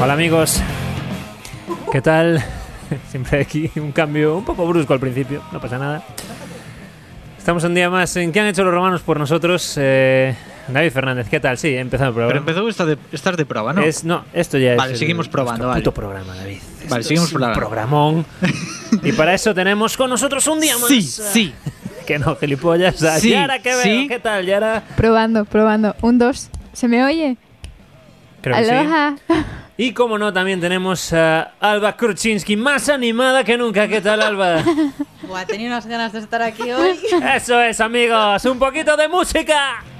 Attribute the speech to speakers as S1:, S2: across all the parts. S1: Hola amigos, ¿qué tal? Siempre aquí un cambio un poco brusco al principio, no pasa nada. Estamos un día más en ¿Qué han hecho los romanos por nosotros? Eh, David Fernández, ¿qué tal? Sí, he empezado el
S2: Pero
S1: programa.
S2: empezó esta de, estás de prueba, ¿no?
S1: Es- no, esto ya es.
S2: Vale,
S1: el-
S2: seguimos probando,
S1: nuestro
S2: vale.
S1: puto programa, David. Esto
S2: Vale, seguimos
S1: es un
S2: probando.
S1: programón. y para eso tenemos con nosotros un día más.
S2: Sí,
S3: eh.
S2: sí.
S1: Que no, gilipollas. A
S2: Sí,
S1: Yara, ¿qué veo?
S2: sí.
S1: ¿Qué tal, Yara?
S3: Probando, probando. Un, dos. ¿Se me oye?
S1: Creo que sí.
S3: Aloha.
S1: Y como no, también tenemos a Alba Kurczynski, más animada que nunca. ¿Qué tal, Alba?
S4: Buah, tenía unas ganas de estar aquí hoy.
S1: Eso es, amigos, un poquito de música.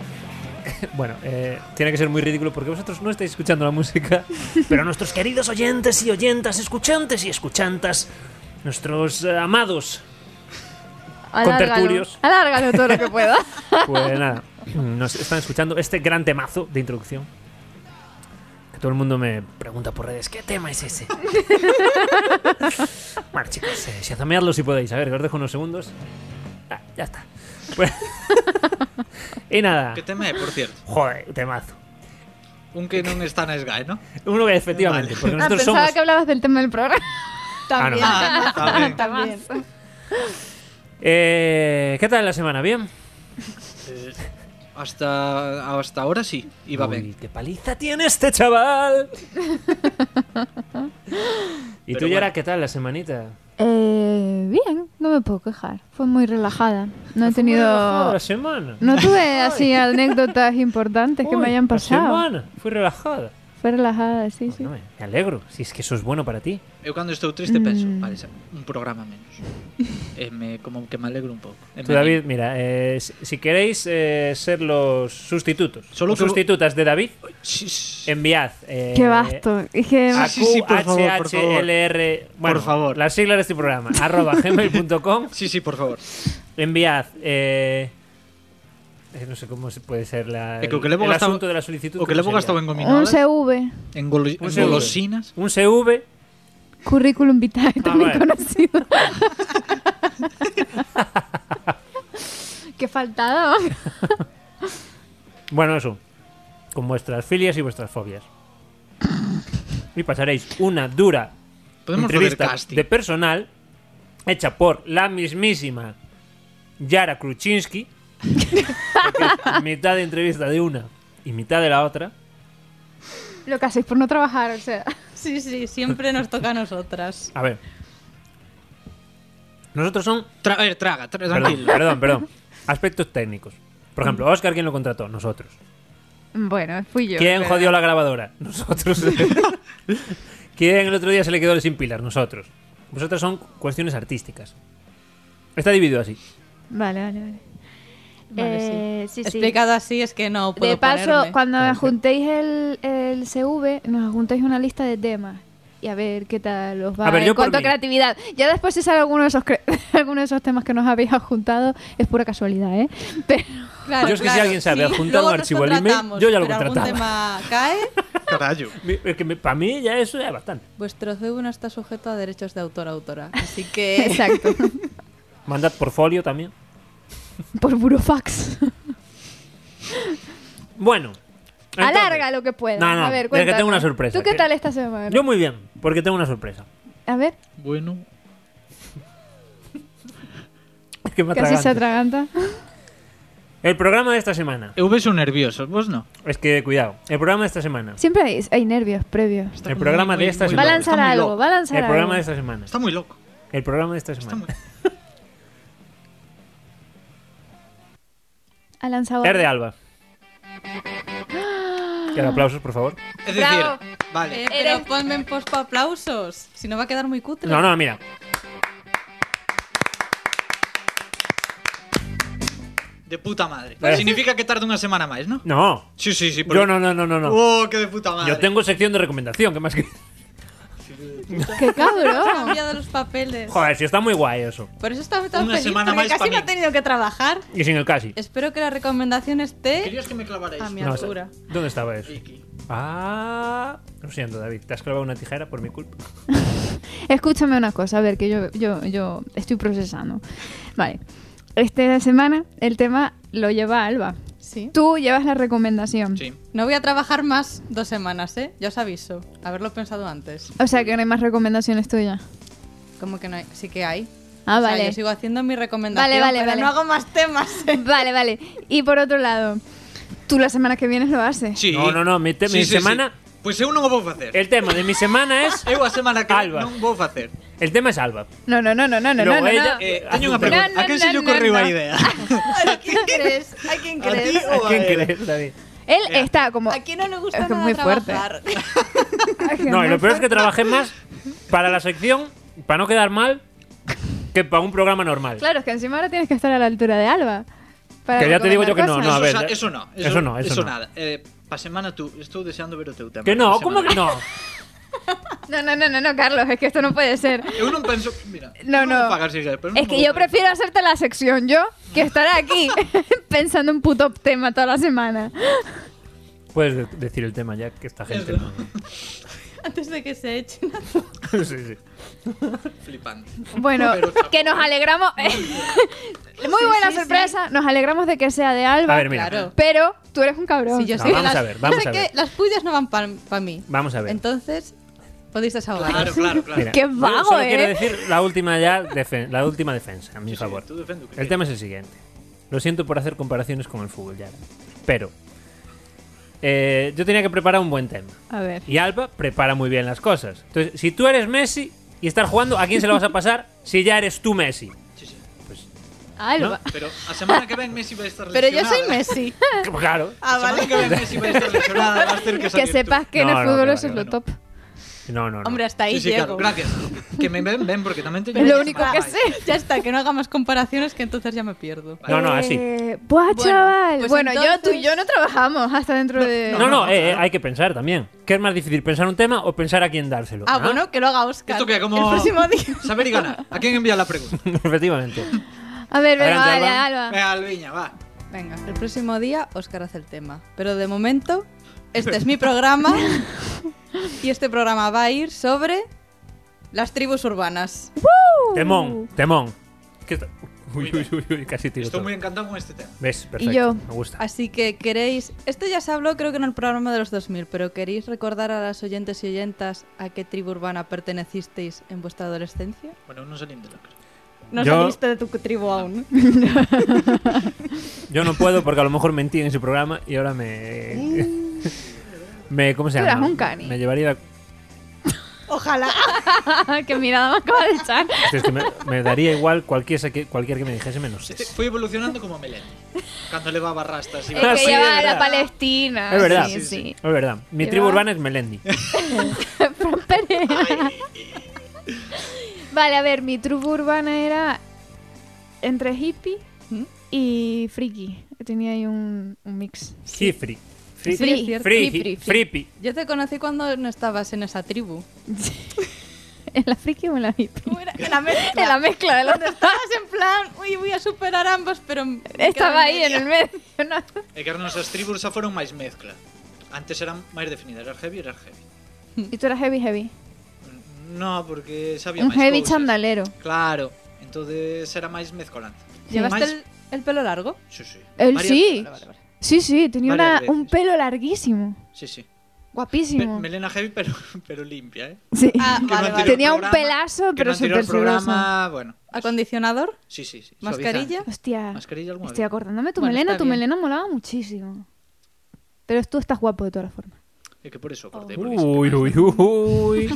S1: Bueno, eh, tiene que ser muy ridículo porque vosotros no estáis escuchando la música, pero nuestros queridos oyentes y oyentas, escuchantes y escuchantas, nuestros eh, amados,
S3: Alárgalo.
S1: tertulios.
S3: Alárgalo todo lo que pueda.
S1: pues nada, nos están escuchando este gran temazo de introducción. Que todo el mundo me pregunta por redes, ¿qué tema es ese? bueno, chicos, eh, shazameadlo si podéis. A ver, os dejo unos segundos. Ah, ya está. Pues- y nada.
S2: Que teme, por cierto.
S1: Joder, temazo.
S2: Un que non está na SGAE, ¿no?
S1: Uno que efectivamente,
S2: Vale.
S1: porque
S3: Ah,
S1: nosotros
S3: pensaba
S1: somos.
S3: que hablabas del tema del programa.
S4: También.
S2: Ah, tamén.
S4: También.
S1: Eh, ¿Qué tal la semana? ¿Bien?
S2: Hasta, hasta ahora sí, iba
S1: Uy,
S2: ben.
S1: qué paliza tiene este chaval. ¿Y
S2: Pero
S1: tú, Yara,
S2: bueno.
S1: qué tal la semanita?
S3: Eh, bien, no me puedo quejar. Fue muy relajada. No he
S1: Fue muy relajada
S3: tenido.
S1: La semana.
S3: No tuve así anécdotas importantes que
S1: Uy,
S3: me hayan
S1: la
S3: pasado.
S1: semana. Fui relajada.
S3: Fue relajada, sí, sí.
S1: Bueno, me- me alegro. Si es que eso es bueno para ti.
S2: Eu cando estou triste penso,
S3: Mm.
S2: vale, xa, un programa menos. E me, como que me alegro un pouco. E
S1: Tú,
S2: me
S1: David,
S2: animo.
S1: mira, eh, si si queréis eh, ser los sustitutos
S2: Solo
S1: o
S2: que-
S1: sustitutas de David,
S2: Sí, sí.
S1: enviad. eh, ah,
S3: Qué vasto. "Ah, Es que
S1: A
S2: Sí, sí, sí, por favor, por favor.
S1: QHHLR, bueno,
S2: Por favor.
S1: Las siglas de este programa. arroba gmail.com.
S2: Sí, sí, por favor.
S1: Enviad. Eh, eh, no sé cómo se puede ser la,
S2: É que o que levo
S1: el
S2: gastado-
S1: asunto de la solicitud.
S2: O que levo
S1: ¿cómo
S2: gastado
S1: sería?
S2: en
S3: un
S2: gominolas,
S3: CV,
S2: en, golo, en
S1: Un segundo.
S2: golosinas,
S1: Un CV.
S3: currículum vitae, también
S1: Ah, bueno.
S3: conocido. Qué faltado.
S1: Bueno, eso. Con vuestras filias y vuestras fobias. Y pasaréis una dura
S2: podemos fazer
S1: entrevista
S2: casting.
S1: de personal hecha por la mismísima Yara Kruczynski. porque mitad de entrevista de una y mitad de la otra.
S3: Lo que hacéis por no trabajar, o sea.
S4: Sí, sí, siempre nos toca a nosotras.
S1: A ver. Nosotros son.
S2: Tra a ver, traga, tra
S1: Perdón,
S2: tranquilo.
S1: perdón, perdón. Aspectos técnicos. Por ejemplo, Oscar, ¿quién lo contrató? Nosotros.
S3: Bueno, fui yo.
S1: ¿Quién
S3: pero-
S1: jodió la grabadora? Nosotros. ¿Quién el otro día se le quedó sin pilas? Nosotros. Vosotras son cuestiones artísticas. Está dividido así.
S3: Vale, vale, vale.
S4: Vale, sí.
S3: Eh, sí, sí.
S4: Explicado así es que no puedo
S3: De paso,
S4: ponerme.
S3: cuando
S1: Claro,
S3: me
S1: Ah, sí.
S3: juntéis el, el CV, nos juntéis una lista de temas. Y a ver qué tal os va.
S1: A ver, yo
S3: en
S1: por
S3: cuanto a
S1: mí.
S3: creatividad. Ya después si sale alguno de esos cre- alguno de esos temas que nos habéis adjuntado, es pura casualidad, ¿eh? Pero
S4: Claro,
S1: Yo es que si
S4: claro,
S1: alguien sabe adjuntar
S4: luego
S1: un
S4: nos
S1: archivo al email,
S4: contratamos,
S1: yo ya lo
S4: pero algún
S1: contrataba.
S4: tema cae,
S2: Carallo.
S1: Mi- Es que para mí ya eso ya es bastante.
S4: vuestro CV no está sujeto a derechos de autor autora. Así que
S3: exacto.
S1: Mandad portfolio también.
S3: Por puro fax.
S1: Bueno. entonces-
S3: Alarga lo que pueda.
S1: No, no,
S3: a ver,
S1: es que
S3: cuéntame.
S1: tengo una sorpresa,
S3: ¿Tú qué
S1: que-
S3: tal esta semana?
S1: Yo muy bien, porque tengo una sorpresa.
S3: A ver,
S2: Bueno,
S1: Es que me
S3: casi se
S1: atraganto.
S3: atraganta.
S1: El programa de esta semana.
S2: eu vexo nervioso, vos no?
S1: Es que, cuidado. El programa de esta semana.
S3: Siempre hay, hay nervios previos.
S2: Está
S1: El
S2: muy,
S1: programa
S2: muy,
S1: de esta
S2: muy
S3: Va a
S1: semana.
S2: loco, está
S3: lanzar
S2: muy
S3: algo,
S2: loco.
S3: va a lanzar
S1: El programa de
S3: algo.
S1: esta semana.
S2: Está moi loco.
S1: El programa de esta
S2: Está
S1: semana.
S2: moi...
S3: Ha lanzado
S1: Es de
S3: algo.
S1: Alba. Quiero aplausos, por favor.
S2: Es decir,
S3: Bravo.
S2: vale.
S4: eh, pero ponme en post aplausos, si no va a quedar muy cutre.
S1: No, no, mira.
S2: De puta madre.
S1: Vale.
S2: Significa que tarda una semana más, ¿no?
S1: No.
S2: Sí, sí, sí. porque-
S1: Yo no, no, no, no. no.
S2: ¡Oh, qué de puta madre!
S1: Yo tengo sección de recomendación, que más que.
S3: ¡Qué
S4: Ha
S3: cabrón!
S4: cambiado los papeles.
S1: Joder, si está muy guay eso.
S4: Por eso estaba tan
S2: Una
S4: feliz,
S2: semana
S4: porque
S2: más pa'
S4: casi no
S2: mí.
S4: he tenido que trabajar.
S1: Y sin el casi.
S4: Espero que la recomendación esté
S2: Querías que me clavarais.
S3: Ah,
S4: a mi
S1: No,
S4: altura.
S1: ¿Dónde estaba eso?
S2: Ricky.
S1: Ah. Lo siento, David. Te has clavado una tijera por mi culpa.
S3: Escúchame una cosa, a ver, que yo, yo, yo estoy procesando. Vale. Esta semana el tema lo lleva Alba.
S4: Sí.
S3: Tú llevas la recomendación.
S2: Sí.
S4: No voy a trabajar más dos semanas, ¿eh? Ya os aviso. Haberlo pensado antes.
S3: O sea que no hay más recomendaciones tuyas.
S4: Como que no hay. Sí que hay.
S3: Ah,
S4: O sea,
S3: vale.
S4: yo sigo haciendo mi recomendación.
S3: Vale, vale,
S4: pero
S3: vale.
S4: No hago más temas. ¿eh?
S3: Vale, vale. Y por otro lado, tú la semana que viene lo haces.
S2: Sí.
S1: No, no, no, mi te- mi semana-
S2: Pues eu non o vou facer.
S1: El tema de mi semana es.
S2: Eu a semana que
S1: Alba.
S2: non vou facer.
S1: El tema es Alba.
S3: No, no, no, no, no, no,
S1: Luego
S3: no, no.
S1: ella-
S2: Eh,
S1: Azul
S2: teño unha
S1: pero-
S2: pregunta.
S3: No, no,
S2: a quen se lle
S3: no,
S2: ocorreu
S3: no,
S2: a
S3: no.
S2: idea?
S4: ¿A quién crees? ¿A quién
S2: A ti
S4: crees?
S1: ¿A
S2: ou a
S1: quién
S2: él?
S1: crees, David?
S3: Él está como.
S4: ¿A quién no le
S3: Es
S4: gusta
S3: que es
S4: nada
S3: muy fuerte.
S4: trabajar?
S1: No, y lo peor es que trabajé más para la sección, para no quedar mal, que para un programa normal.
S3: Claro, es que encima ahora tienes que estar a la altura de Alba. para
S1: Que ya te digo yo
S3: recomendar
S1: que no,
S3: cosas.
S1: a ver,
S2: eso,
S1: eh.
S2: xa- eso no. Eso,
S1: Eso no, eso no.
S2: nada. Eh, pa semana tú, estou deseando ver o teu tema.
S1: Que no,
S2: Pa
S1: ¿cómo
S2: semana.
S1: que no?
S3: No, no, no, no, no, Carlos, es que esto no puede ser.
S2: Eu non penso, mira. eu
S3: No,
S2: non
S3: no.
S2: vou pagar cigarros, pero non
S3: Es que
S2: vou
S3: yo
S2: pagar.
S3: prefiero hacerte la sección yo que estar aquí pensando en puto tema toda la semana.
S1: Puedes de- decir el tema ya, que esta gente
S2: Eso.
S1: no.
S4: Antes de que se echen.
S1: Sí, sí.
S2: flipante.
S3: Bueno,
S2: Pero está
S3: que nos alegramos. Muy buena sorpresa, nos alegramos de que sea de Alba.
S1: A ver, mira.
S4: Claro.
S3: Pero tú eres un cabrón.
S4: Sí, yo
S1: No,
S4: sé que
S1: vamos
S4: las,
S1: a ver, vamos
S4: yo sé
S1: a
S4: que
S1: ver.
S4: las pullas no van para mí.
S1: Vamos a ver.
S4: Entonces, podéis desahogar.
S2: Claro, claro, claro.
S1: Mira,
S3: Qué
S1: yo
S3: vago,
S1: solo
S3: ¿eh?
S1: quiero decir la última ya, defen- la última defensa, a mi
S2: Sí, sí,
S1: favor.
S2: tú defende o que
S1: El tema es el siguiente. Lo siento por hacer comparaciones con el fútbol, ya. Pero eh, yo tenía que preparar un buen tema.
S3: A ver.
S1: Y Alba prepara muy bien las cosas. Entonces, si tú eres Messi y estás jugando, ¿a quién se lo vas a pasar si ya eres tú Messi?
S2: Sí, sí.
S3: Alba.
S2: Pero a semana que ven Messi va a estar
S4: Pero yo
S2: lesionada.
S4: soy Messi.
S1: Claro.
S4: Ah,
S2: A semana
S4: vale.
S2: que ven Messi va a estar lesionada, va a ter que
S3: Que
S2: salir tú.
S3: sepas que en
S1: No, no,
S3: el fútbol
S1: que va,
S3: eso es
S1: que va,
S3: lo
S1: no.
S3: top.
S1: No, no, no.
S4: Hombre, hasta ahí
S2: Sí, sí,
S4: llego.
S2: claro, gracias. Que me ven, ven, porque tamén teño
S3: Es lo
S2: que
S3: único
S2: chamar
S3: que
S2: máis.
S3: sé.
S4: Ya está, que no haga más comparaciones que entonces ya me pierdo.
S1: No, no, así.
S3: Eh, Buah,
S4: Bueno,
S3: chaval.
S4: pues
S3: bueno, yo, tú y
S4: entonces-
S3: yo no trabajamos hasta dentro de.
S1: No, no, eh, eh, hay que pensar también. ¿Qué es más difícil, pensar un tema o pensar a quién dárselo?
S4: Ah, bueno, que lo haga Oscar.
S2: Esto que como
S4: El próximo día.
S2: Saber y ganar. ¿A quién envía la pregunta?
S1: Efectivamente.
S3: A ver, venga,
S1: Adelante,
S3: vale,
S1: Alba.
S3: Alba.
S2: Venga, Alviña, va.
S4: Venga, el próximo día Oscar hace el tema. Pero de momento, este es mi programa. y este programa va a ir sobre las tribus urbanas.
S1: Temón, temón. ¿Qué está- Uy, uy, uy, uy, casi tiro
S2: Estoy
S1: todo.
S2: muy encantado con este tema.
S1: ¿Ves? Perfecto.
S3: yo.
S1: Me gusta.
S4: Así que queréis. Esto ya se habló, creo que en el programa de los 2000, pero ¿queréis recordar a las oyentes y oyentas a qué tribu urbana pertenecisteis en vuestra adolescencia?
S2: Bueno, no salimos de lo que.
S4: No
S1: Yo-
S4: saliste de tu tribu aún.
S1: Yo no puedo porque a lo mejor mentí en ese programa y ahora me. me ¿Cómo se
S3: Tú
S1: llama?
S3: eras un cani.
S1: Me llevaría.
S4: Ojalá.
S3: Qué mirada me acaba de echar.
S1: Es que me, me daría igual cualquier, que- cualquier que me dijese menos
S2: Este
S1: ese.
S2: fui evolucionando como Melén. Cuando le va a rastas y
S3: Es
S2: va-
S3: que
S1: sí,
S3: ella
S1: es
S3: va a la
S1: verdad.
S3: Palestina.
S1: Es verdad.
S3: Ah, Sí,
S1: Sí,
S3: sí.
S1: Es verdad. Mi
S3: Lleva-
S1: tribu urbana es Melendi.
S3: Fran Pérez. vale, a ver, mi truco urbana era entre hippie
S4: ¿Mm?
S3: y friki. Tenía ahí un, un mix.
S1: Hifri. Fri-
S4: Sí, es
S1: Free,
S4: cierto.
S1: free, fripi.
S4: Yo te conocí cuando no estabas en esa tribu.
S3: ¿En la friki o en la hippie?
S4: En la mezcla.
S3: En la mezcla de los dos.
S4: Estabas en plan, uy, voy a superar ambos, pero...
S3: Estaba ahí en el medio. ¿no?
S2: E que as nosas tribus xa foron máis mezcla. Antes eran máis definidas, eras heavy, eras heavy.
S3: Y tú eras heavy, heavy.
S2: No, porque sabía
S3: Un
S2: máis
S3: heavy
S2: cousas.
S3: chandalero.
S2: Claro, entonces era máis mezcolante.
S4: ¿Llevaste
S2: Máis-
S4: el, el pelo largo?
S2: Sí, sí.
S3: El
S2: Varias-
S3: sí.
S2: Vale, vale, vale.
S3: Sí, sí, tenía una-
S2: Varias
S3: un
S2: veces.
S3: pelo larguísimo.
S2: Sí, sí. Pe-
S3: Guapísimo.
S2: melena heavy, pero, pero limpia, ¿eh?
S3: Sí.
S4: Ah,
S2: Que no
S4: vale,
S2: anterior
S4: vale.
S3: Tenía un
S2: programa-
S3: pelazo,
S2: que no
S3: pero
S2: anterior
S3: súper
S2: programa, bueno.
S4: ¿Acondicionador?
S2: Sí, sí, sí.
S4: ¿Mascarilla? Ah.
S2: Suavizante.
S3: Hostia.
S2: Mascarilla alguna
S3: Estoy
S2: vez.
S3: acordándome tu
S4: Bueno,
S3: melena,
S4: está
S3: tu
S4: bien.
S3: melena molaba muchísimo. Pero tú estás guapo de todas las formas.
S2: Es que por eso corté. porque sí que
S1: Uy, uy, uy.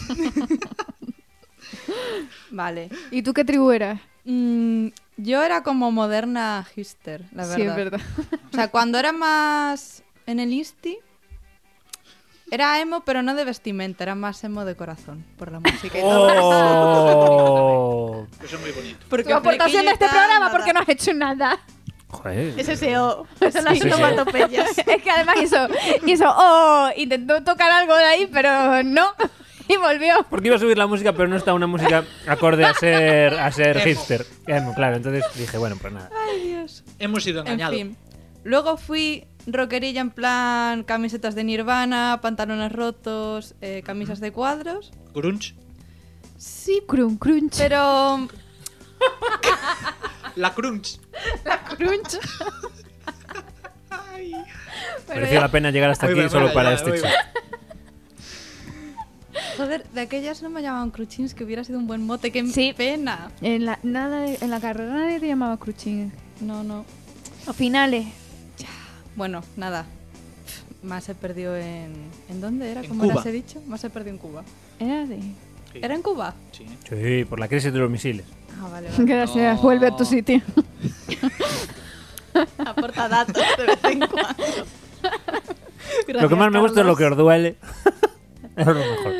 S4: Vale.
S3: ¿Y tú qué tribu eras?
S4: Mm, yo era como moderna hipster, la verdad.
S3: Sí, es verdad.
S4: O sea, cuando era más en el Insti, era emo, pero no de vestimenta, era más emo de corazón, por la música y todo.
S1: Oh.
S2: Eso es muy bonito.
S4: Porque
S3: Tu aportación de este
S4: friquilleta,
S3: programa
S4: nada.
S3: porque no has hecho nada.
S1: Joder.
S5: SSO. Son las
S1: Sí, sí.
S5: onomatopeyas.
S3: Es que además hizo, hizo, oh, intentó tocar algo de ahí, pero no. Y volvió.
S1: Porque iba a subir la música, pero no está una música acorde a ser, a ser
S2: Emo.
S1: hipster. Emo, claro. Entonces dije, bueno, pues nada.
S2: Hemos sido
S4: En
S2: engañados.
S4: fin. Luego fui rockerilla en plan camisetas de Nirvana, pantalones rotos, eh, camisas de cuadros.
S2: Grunge.
S3: Sí, crunch, crunch.
S4: Pero
S2: La crunch.
S3: crunch.
S1: Mereció la pena llegar hasta
S2: Muy
S1: aquí
S2: bien,
S1: solo
S2: bueno,
S1: para
S2: ya,
S1: este
S2: muy
S1: hecho.
S2: bien.
S4: Joder, de aquellas no me llamaban cruchins, que hubiera sido un buen mote, qué
S3: Sí.
S4: pena.
S3: En la, nada, de- en la carrera nadie te llamaba cruchín.
S4: No, no.
S3: O finales.
S4: Bueno, nada. Más se perdió en. ¿En dónde era?
S2: En
S4: ¿Cómo
S2: Cuba.
S4: las he dicho? Más se perdió en Cuba.
S3: Era así.
S2: Sí,
S4: ¿Era en Cuba?
S2: sí.
S1: Sí, por la crisis de los misiles.
S4: Ah, vale, vale.
S3: Gracias, vuelve a tu sitio.
S5: Aporta datos de vez en cuando.
S1: lo que más me gusta es lo que os duele. es lo mejor.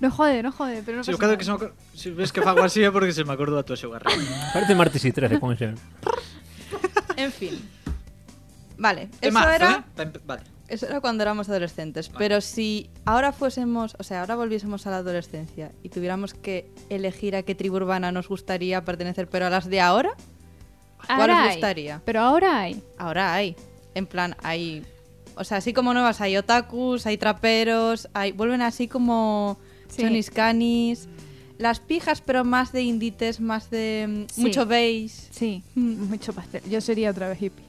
S3: No jode, no jode, pero no
S2: Sí,
S3: pasa
S2: yo cada
S3: nada.
S2: vez que se me acor- si ves que fago así es porque se me acordó a tu Sugar Ray.
S1: Parece martes y 13 con ese.
S4: En fin. Vale, eso
S2: Temazo,
S4: era,
S2: ¿eh? Pa empe- Vale.
S4: eso era cuando éramos adolescentes. Pero si ahora fuésemos, o sea, ahora volviésemos a la adolescencia y tuviéramos que elegir a qué tribu urbana nos gustaría pertenecer, pero a las de ahora, ¿cuál
S3: Ahora
S4: os
S3: hay,
S4: gustaría?
S3: Pero ahora hay.
S4: Ahora hay. En plan, hay. O sea, así como nuevas, hay otakus, hay traperos, hay. Vuelven así como.
S3: Sí.
S4: Chonis canis. Las pijas, pero más de indites, más de. mm,
S3: Sí.
S4: Mucho beige.
S3: Sí, Mm, mucho pastel. Yo sería otra vez hippie.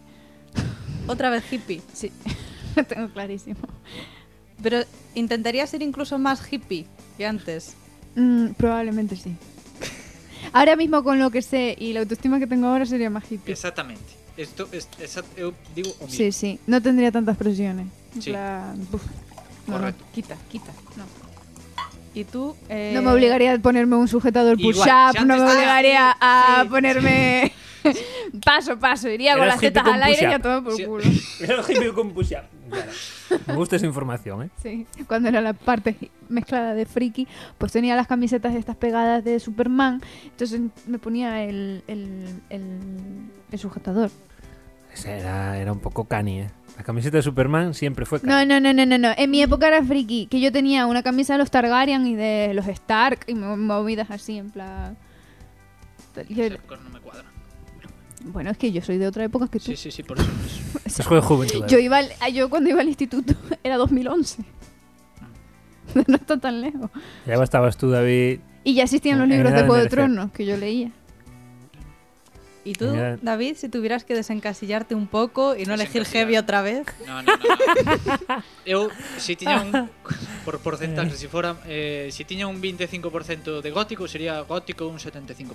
S4: Otra vez hippie.
S3: Sí, lo tengo clarísimo.
S4: Pero intentaría ser incluso más hippie que antes.
S3: Mm, probablemente sí. Ahora mismo con lo que sé y la autoestima que tengo ahora sería más hippie.
S2: Exactamente. Esto es. esa- yo digo o mil.
S3: Sí, sí. No tendría tantas presiones. En
S2: Sí.
S3: plan, buf. No, no,
S2: Correcto.
S3: quita, quita. No.
S4: Y tú. eh,
S3: No me obligaría a ponerme un sujetador
S2: Igual,
S3: push-up,
S2: si antes-
S3: no me
S2: Ah,
S3: obligaría a
S4: sí,
S3: ponerme paso, paso. Iría con
S1: Eras
S3: las tetas
S1: hippie con
S3: al aire y a
S1: push-up.
S3: tomar por
S2: Sí.
S3: culo.
S1: Era el hippie con push-up. Me gusta esa información, ¿eh?
S3: Sí, cuando era la parte mezclada de friki, pues tenía las camisetas estas pegadas de Superman, entonces me ponía el, el, el, el sujetador.
S1: Ese Era, era un poco cani, ¿eh? La camiseta de Superman siempre fue
S3: No,
S1: cani.
S3: no, no, no, no, no. En mi época era friki, que yo tenía una camisa de los Targaryen y de los Stark y mo- movidas así, en plan... Yo-
S2: Esas cosas no me cuadran.
S3: bueno, es que yo soy de otra época que tú.
S2: Sí, sí, sí, por eso. por eso.
S1: Es juego de juventud. ¿eh?
S3: Yo iba al- ah, yo cuando iba al instituto era 2011.
S2: Mm.
S3: No está tan lejos.
S1: Ya bastabas tú, David.
S3: Y ya existían los
S1: En
S3: libros
S1: edad
S3: de
S1: de
S3: Juego de
S1: merecer.
S3: Tronos que yo leía.
S4: ¿Y tú,
S1: Mira.
S4: David, si tuvieras que desencasillarte un poco y no elegir
S2: Desencasillar.
S4: heavy otra vez?
S2: No, no, no. no. Eu, si tiña un... Por porcentaje, si fora... Eh, si tiña un 25% de gótico, sería gótico un 75%.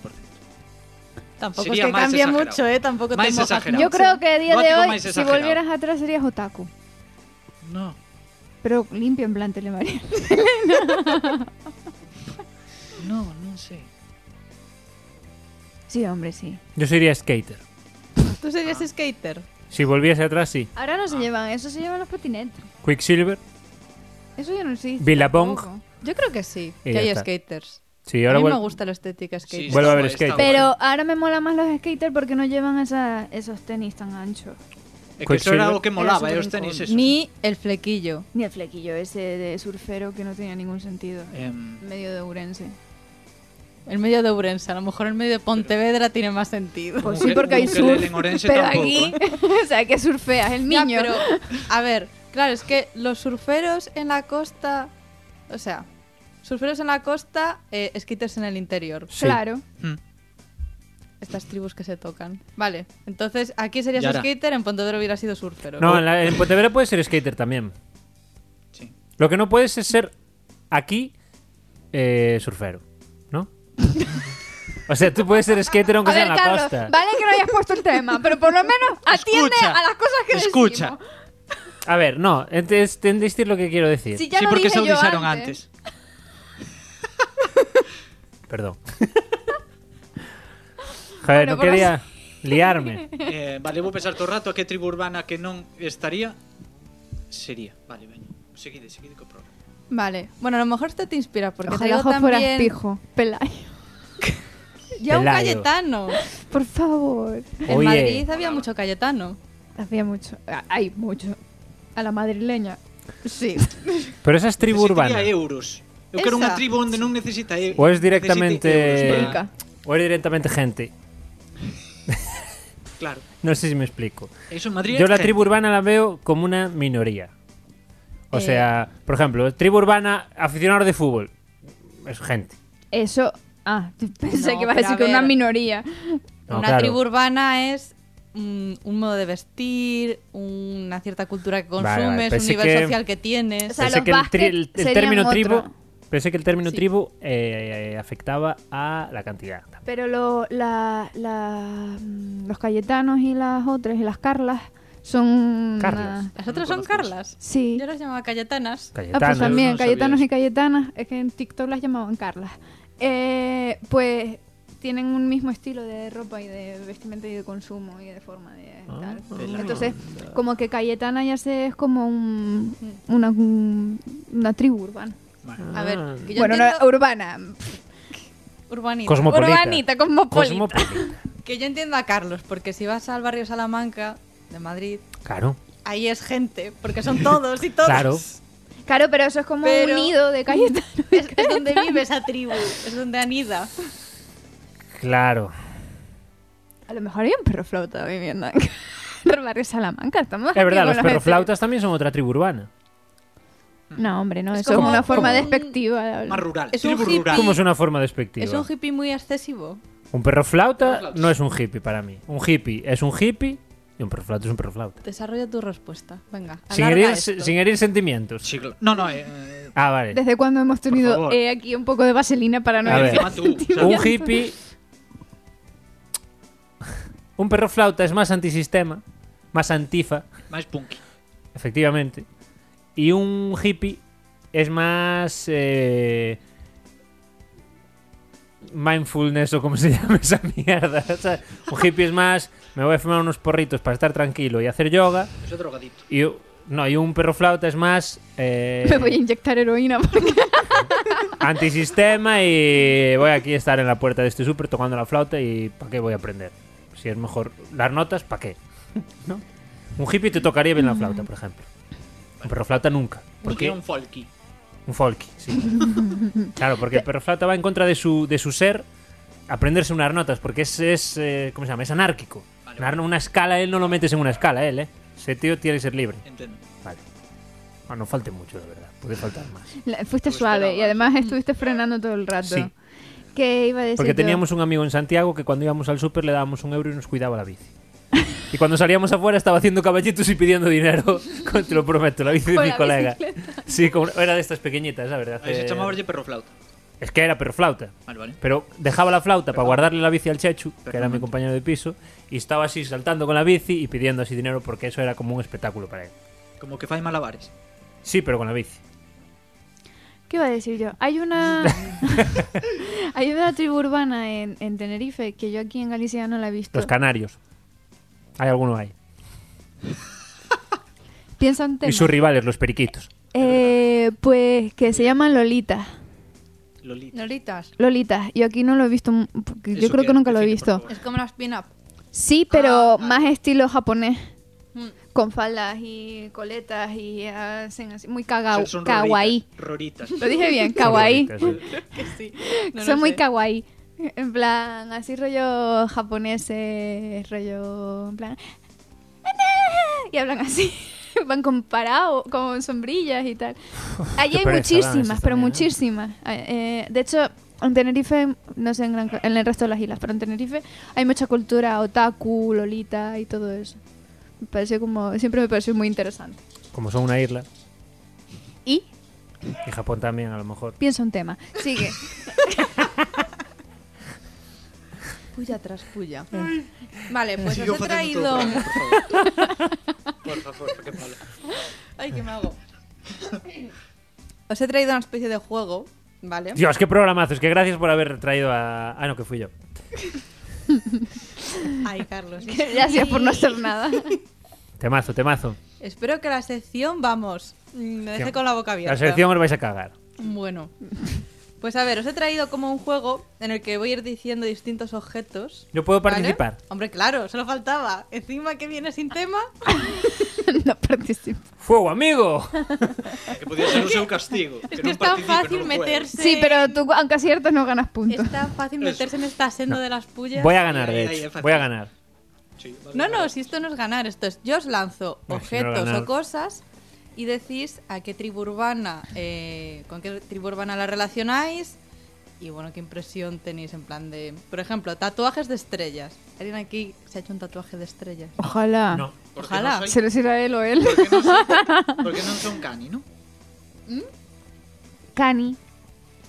S5: Tampoco
S2: Sería
S5: es que
S2: más
S5: cambia
S2: exagerado.
S5: mucho, ¿eh? Tampoco
S2: Más
S5: te mojas
S2: exagerado.
S3: Yo
S5: mucho.
S3: creo que a día de
S2: Gótico
S3: hoy,
S2: más
S3: si
S2: exagerado.
S3: volvieras atrás, serías otaku.
S2: No.
S3: Pero limpio en plan telemaria.
S2: No, non sei.
S3: Sí, hombre, sí.
S1: Yo sería skater.
S4: ¿Tú serías
S2: Ah.
S4: skater?
S1: Si volviese atrás, sí.
S3: Ahora no se llevan, eso se llevan los patinetes.
S1: Quicksilver.
S3: Eso ya no existe.
S1: Billabong.
S3: tampoco.
S4: Yo creo que sí,
S1: Y
S4: que
S1: ya
S4: hay
S1: está.
S4: skaters.
S1: Sí, ahora
S4: a mí
S1: vuel-
S4: me gusta la estética skater.
S2: Sí,
S1: Vuelvo
S2: está
S1: a ver
S2: guai, está
S1: skate.
S2: guai.
S3: Pero ahora me mola más los skaters porque no llevan esa- esos tenis tan anchos.
S2: É que eso era o que molaba,
S3: Era
S2: eh, os tenis esos.
S4: Ni el flequillo.
S3: Ni el flequillo ese de surfero que no tenía ningún sentido.
S2: Em,
S3: Medio de Urense.
S4: El medio de Urense, a lo mejor el medio de Pontevedra tiene más sentido.
S3: Pues
S2: Un
S3: sí,
S2: uke-
S3: porque
S2: un
S3: hay
S2: ukelele
S3: surf.
S2: en Orense
S3: pero
S2: tampoco,
S3: aquí, o sea, que surfeas, el
S4: Ya,
S3: niño.
S4: pero, a ver, claro, es que los surferos en la costa, o sea, surferos en la costa, eh, skaters en el interior.
S1: Sí.
S3: Claro.
S2: mm.
S4: Estas tribus que se tocan. Vale, entonces aquí serías
S2: Yara.
S4: skater, en Pontevedra hubiera sido surfero.
S1: No, en, la- en Pontevedra puedes ser skater también.
S2: Sí.
S1: Lo que no puedes es ser aquí eh, surfero, ¿no? o sea, tú puedes ser skater aunque
S3: A
S1: sea
S3: ver,
S1: en la
S3: Carlos,
S1: costa.
S3: vale que no hayas puesto el tema, pero por lo menos atiende
S2: Escucha,
S3: a las cosas que
S2: escucha.
S3: decimos.
S1: A ver, no, entendéis entendiste lo que quiero decir.
S3: Si ya
S2: sí,
S3: lo
S2: porque
S3: dije
S2: se
S3: yo
S2: avisaron
S3: antes.
S2: antes.
S1: Perdón. Joder,
S3: Bueno,
S1: no
S3: por
S1: quería liarme.
S2: Eh, vale, vou pensar todo o rato a que tribu urbana que non estaría sería. Vale, veña. Seguide, seguide co programa.
S4: Vale, bueno, a lo mejor este te inspira porque
S3: Ojalá
S4: te digo
S3: fueras
S4: también...
S3: pijo, Pelayo.
S4: Ya un
S1: Pelayo.
S4: Cayetano.
S3: Por favor.
S4: En
S1: Oye.
S4: Madrid había mucho Cayetano.
S3: Hacía mucho. ah, Hay mucho. A la madrileña. Sí.
S1: Pero esa es tribu
S2: Necesitaría
S1: urbana.
S2: euros. Eu quero
S4: Esa.
S2: unha tribu onde non necesita e-
S1: O es directamente-
S2: necesite euros
S3: Rica.
S1: O es directamente gente.
S2: para- Claro.
S1: No sé si me explico.
S2: Eso en Madrid
S1: Yo
S2: es
S1: la
S2: gente.
S1: tribu urbana la veo como una minoría. O sea, por ejemplo, tribu urbana, aficionados de fútbol. Es gente.
S3: Eso. Ah, yo pensé
S4: No,
S3: que ibas a
S4: pero
S3: decir
S4: a
S3: que una
S4: ver.
S3: minoría.
S1: No,
S4: una
S1: claro.
S4: tribu urbana es mm, un modo de vestir, una cierta cultura que
S1: Vale, vale,
S4: consumes, un
S1: pensé
S4: nivel
S1: que-
S4: social que tienes.
S3: O sea,
S1: Pensé
S3: los
S1: que el,
S3: básquet
S1: el- el
S3: serían
S1: término
S3: otro.
S1: tribu, pensé que el término
S3: Sí.
S1: tribu eh, afectaba a la cantidad. Ah,
S3: Pero lo, la, la- mm, los Cayetanos y las otras y las Carlas son.
S1: Carlas.
S3: una-
S4: Las otras son Carlas.
S3: Sí.
S4: Yo las llamaba
S3: Ah,
S4: Cayetanas.
S3: pues
S1: Cayetanas.
S3: también,
S2: no sabía
S3: Cayetanos y
S2: eso.
S3: Cayetanas. Es que en TikTok las llamaban Carlas. Eh, pues tienen un mismo estilo de ropa y de vestimenta y de consumo y de forma de
S1: Ah,
S3: tal.
S1: ah.
S3: Entonces, como que Cayetana ya se es como un, una, un- una tribu urbana.
S1: Ah.
S4: A ver, que yo
S3: bueno,
S4: entiendo-
S3: no, urbana.
S4: urbanita.
S1: Cosmopolita.
S3: Urbanita, cosmopolita.
S1: Cosmopolita.
S4: Que yo entiendo a Carlos, porque si vas al barrio Salamanca de Madrid,
S1: Claro,
S4: ahí es gente, porque son todos y todas.
S1: claro.
S3: Claro, pero eso es como
S4: Pero-
S3: un nido de Cayetano.
S4: Es, es donde vive esa tribu, es donde anida.
S1: Claro.
S3: A lo mejor hay un perro flauta viviendo en Barrio Salamanca. Estamos
S1: Es verdad,
S3: aquí
S1: los
S3: con gente.
S1: perroflautas también son otra tribu urbana.
S3: No, hombre, no.
S4: Es
S3: eso es
S4: como-
S3: una forma
S4: como un-
S3: despectiva. de hablar.
S2: Más rural.
S4: Es un
S2: tribu
S4: hippie.
S2: rural.
S1: ¿Cómo es una forma despectiva?
S4: Es un hippie muy excesivo.
S1: Un perroflauta
S2: Perroflautas.
S1: no es un hippie para mí. Un hippie es un hippie y un perroflauta es un perroflauta.
S4: Desarrolla tu respuesta. Venga,
S1: Sin
S4: alarga
S1: herir,
S4: esto.
S1: sin herir sentimientos.
S2: Sí, claro. No, no, eh, eh,
S1: Ah, vale.
S3: ¿Desde cuándo hemos tenido
S2: favor.
S3: eh, aquí un poco de vaselina para no
S1: A ver.
S2: encima tú, o sea,
S1: Un hippie. Un perroflauta es más antisistema, más antifa,
S2: máis punky.
S1: efectivamente. Y un hippie es más. eh, mindfulness o como se llama esa mierda. O sea, un hippie es más. Me voy a fumar unos porritos para estar tranquilo y hacer yoga.
S2: Eso é drogadito.
S1: Y u- no, y un perro flauta es más eh,
S3: Me voy a inyectar heroína porque
S1: antisistema y voy aquí a estar en la puerta de este súper tocando la flauta y ¿para qué voy a aprender? Si es mejor las notas, ¿para qué? ¿No? Un hippie te tocaría bien la flauta, por ejemplo. Un perro flauta nunca.
S2: Porque
S1: Porque
S2: é un folky.
S1: un folky, sí. Claro, porque el perro flauta va en contra de su, de su ser aprenderse unas notas, porque es, es eh, ¿cómo se llama? Es anárquico.
S2: Vale.
S1: Una, una escala, él no lo metes en una escala, él, ¿eh? Ese tío tiene que ser libre.
S2: Entendo.
S1: Vale. Ah, no falte mucho, de verdad. Puede faltar más.
S3: La- fuiste
S2: Lo
S3: suave y
S2: esperabas.
S3: además estuviste frenando todo el rato.
S1: Sí.
S3: ¿Qué iba a decir?
S1: Porque
S3: yo?
S1: teníamos un amigo en Santiago que cuando íbamos al súper le dábamos un euro y nos cuidaba la bici. Y cuando salíamos afuera estaba haciendo caballitos y pidiendo dinero. Con- Te lo prometo, la bici de
S3: Con
S1: mi
S3: la
S1: colega. Sí, con- era de estas pequeñitas, la verdad.
S2: Aí se
S1: Eh,
S2: chamaba lle perro flauta.
S1: Es que era perroflauta.
S2: Vale, vale.
S1: Pero dejaba la flauta para guardarle la bici al Chechu, que era mi
S2: Perfectamente.
S1: compañero de piso, y estaba así saltando con la bici y pidiendo así dinero porque eso era como un espectáculo para él.
S2: Como que fai malabares.
S1: Sí, pero con la bici.
S3: ¿Qué iba a decir yo? Hay una. Hay una tribu urbana en, en Tenerife que yo aquí en Galicia no la he visto.
S1: Los canarios. Hay alguno ahí.
S3: Piensa un tema.
S1: Y sus rivales, los periquitos.
S3: Eh, pues que se llaman Lolitas.
S2: Lolita.
S4: Lolitas.
S3: Lolitas. Yo aquí no lo he visto. m- porque Yo
S2: Eso
S3: creo que
S2: que
S3: nunca lo he
S2: define, por
S3: visto.
S2: favor.
S4: Es como las pin-up.
S3: Sí, pero
S4: Ah, vale.
S3: más estilo japonés.
S4: Mm.
S3: Con faldas y coletas y hacen así. Muy caga-
S2: Son- son
S3: kawaii.
S2: Roritas.
S3: Lo
S2: roritas.
S3: dije bien, kawaii.
S1: Son raritas, sí.
S4: No lo
S3: Son muy
S4: sé.
S3: kawaii. En plan, así rollo japoneses, rollo... En plan... Y hablan así. Van con parado, con sombrillas y tal. Allí
S1: Qué pereza,
S3: hay
S1: dan
S3: muchísimas,
S1: esas
S3: pero
S1: también, ¿eh?
S3: muchísimas. Eh, eh, de hecho, en Tenerife, no sé en, Gran Ca- en el resto de las islas, pero en Tenerife hay mucha cultura otaku, lolita y todo eso. Me pareció como... Siempre me pareció muy interesante.
S1: Como son una isla.
S3: Y
S1: Y Japón también, a lo mejor.
S3: pienso un tema. Sigue.
S4: Puya tras puya. Vale, pues
S2: Sigo
S4: os he
S2: facendo
S4: traído.
S2: todo o programa, Por favor, por favor, que malo.
S4: Ay, qué mago. Os he traído una especie de juego, ¿vale?
S1: Dios, qué programazos. Que gracias por haber traído a. Ah, no, que fui yo.
S4: Ay, Carlos.
S3: Gracias por no hacer nada.
S1: Temazo, temazo.
S4: Espero que la sección, vamos, mm, me deje
S1: Sección.
S4: con la boca
S1: La
S4: abierta.
S1: selección os vais a cagar.
S4: Bueno, Pues a ver, os he traído como un juego en el que voy a ir diciendo distintos objetos.
S1: Yo puedo
S4: ¿vale?
S1: participar.
S4: Hombre, claro, solo faltaba. Encima que viene sin tema.
S3: no participo.
S1: ¡Fuego, amigo!
S2: Que podía ser un seu castigo.
S4: Es que
S2: non
S4: es tan
S2: participe,
S4: fácil
S2: non juegue.
S4: meterse.
S3: Sí, pero tú, aunque aciertas, no ganas puntos.
S4: Es tan fácil
S2: Eso.
S4: meterse en esta senda de las pullas.
S1: Voy a ganar,
S2: Ahí,
S1: de
S2: ahí,
S1: hecho.
S2: ahí,
S1: Voy a
S2: ahí.
S1: ganar.
S2: Sí, vale,
S4: No, no,
S2: vale.
S4: si esto no es ganar, esto es yo os lanzo
S1: Bueno, si no era
S4: objetos
S1: ganar.
S4: o cosas y decís a qué tribu urbana, eh, con qué tribu urbana la relacionáis y bueno, qué impresión tenéis en plan de, por ejemplo, tatuajes de estrellas. ¿Alguien aquí se ha hecho un tatuaje de estrellas?
S3: Ojalá.
S1: No.
S2: Porque
S4: ojalá.
S2: non
S3: Se
S2: soy-
S3: lo hiciera él o él.
S2: Porque non son, porque non son cani, ¿no?
S3: Cani.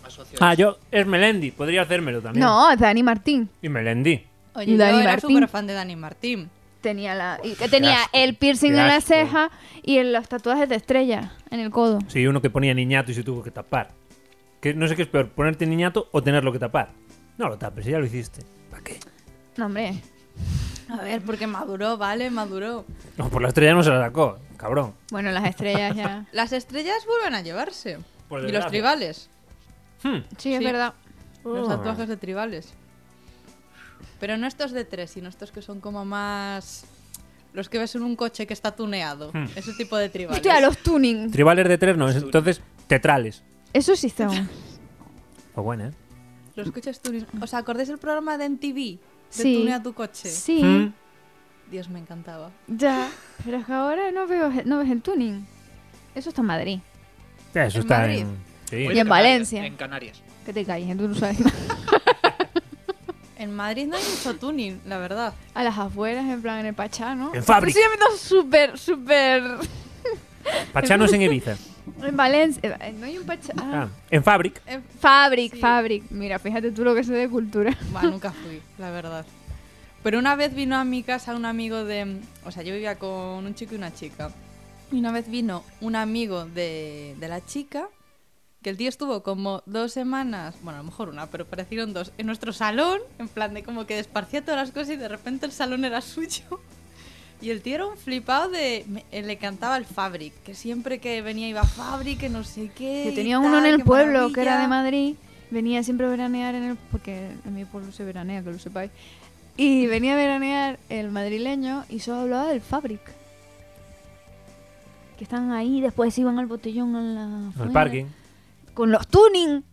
S2: Asociados.
S1: Ah, yo. Es Melendi. Podría hacérmelo también.
S3: No, Dani Martín.
S1: Y Melendi.
S4: Oye, yo
S3: Dani
S4: era
S3: Martín.
S4: súper fan de Dani Martín.
S3: Tenía, la, y que tenía
S1: asco,
S3: el piercing
S1: qué
S3: en la
S1: asco.
S3: ceja y en los tatuajes de estrella en el codo.
S1: Sí, uno que ponía niñato y se tuvo que tapar. Que no sé qué es peor, ponerte niñato o tenerlo que tapar. No lo tapes, ya lo hiciste. ¿Para qué?
S3: No, hombre.
S4: A ver, porque maduró, vale, maduró.
S1: No, por la estrella no se la sacó, cabrón.
S3: Bueno, las estrellas ya.
S4: Las estrellas vuelven a llevarse.
S1: Por
S4: y los
S1: desgracia.
S4: tribales,
S1: Hmm.
S3: Sí, es
S4: Sí.
S3: verdad.
S4: los
S1: Oh.
S4: tatuajes de tribales. Pero no estos de tres, sino estos que son como más... Los que ves en un coche que está tuneado.
S1: Hmm.
S4: Ese tipo de tribales.
S3: Hostia, los tuning.
S1: Tribales de tres no, es entonces tetrales.
S3: Eso existe aún.
S1: Pues bueno, ¿eh?
S4: Los coches tuneados. ¿Os acordáis del programa de MTV? De
S3: Sí.
S4: Tunea tu coche.
S3: Sí,
S1: Hmm.
S4: Dios, me encantaba.
S3: ya. Pero es que ahora no, veo, no ves el tuning. Eso está en Madrid.
S1: Eso
S4: ¿En
S1: está
S4: Madrid?
S1: en. Sí.
S2: Oye,
S3: Y en
S2: Canarias,
S3: Valencia.
S2: En Canarias.
S3: Que te calles, tú no sabes.
S4: En Madrid no hay mucho tuning, la verdad.
S3: A las afueras, en plan, en el Pachá, ¿no?
S1: En Fabric.
S3: Pero sí, me meto súper, súper...
S1: Pachanos en Ibiza.
S3: En Valencia. eh, No hay un Pachá.
S1: Ah,
S3: Ah.
S1: en Fabric.
S4: Eh,
S3: Fabric,
S4: Sí.
S3: Fabric. Mira, fíjate tú lo que sé de cultura.
S4: bah, nunca fui, la verdad. Pero una vez vino a mi casa un amigo de... O sea, yo vivía con un chico y una chica. Y una vez vino un amigo de, de la chica, que el tío estuvo como dos semanas, bueno, a lo mejor una, pero parecieron dos, en nuestro salón, en plan de como que desparcía todas las cosas y de repente el salón era suyo. Y el tío era un flipado de... me- eh, le cantaba el Fabric, que siempre que venía iba a Fabric, que no sé qué.
S3: Yo
S4: y
S3: tenía uno en
S4: tal,
S3: el
S4: qué
S3: pueblo que era
S4: maravilla.
S3: de Madrid. Venía siempre a veranear en el. Porque en mi pueblo se veranea, que lo sepáis. Y venía a veranear el madrileño y solo hablaba del Fabric. Que están ahí, después se iban al botellón en la.
S1: En el
S3: afuera,
S1: parking.
S3: Con los tuning.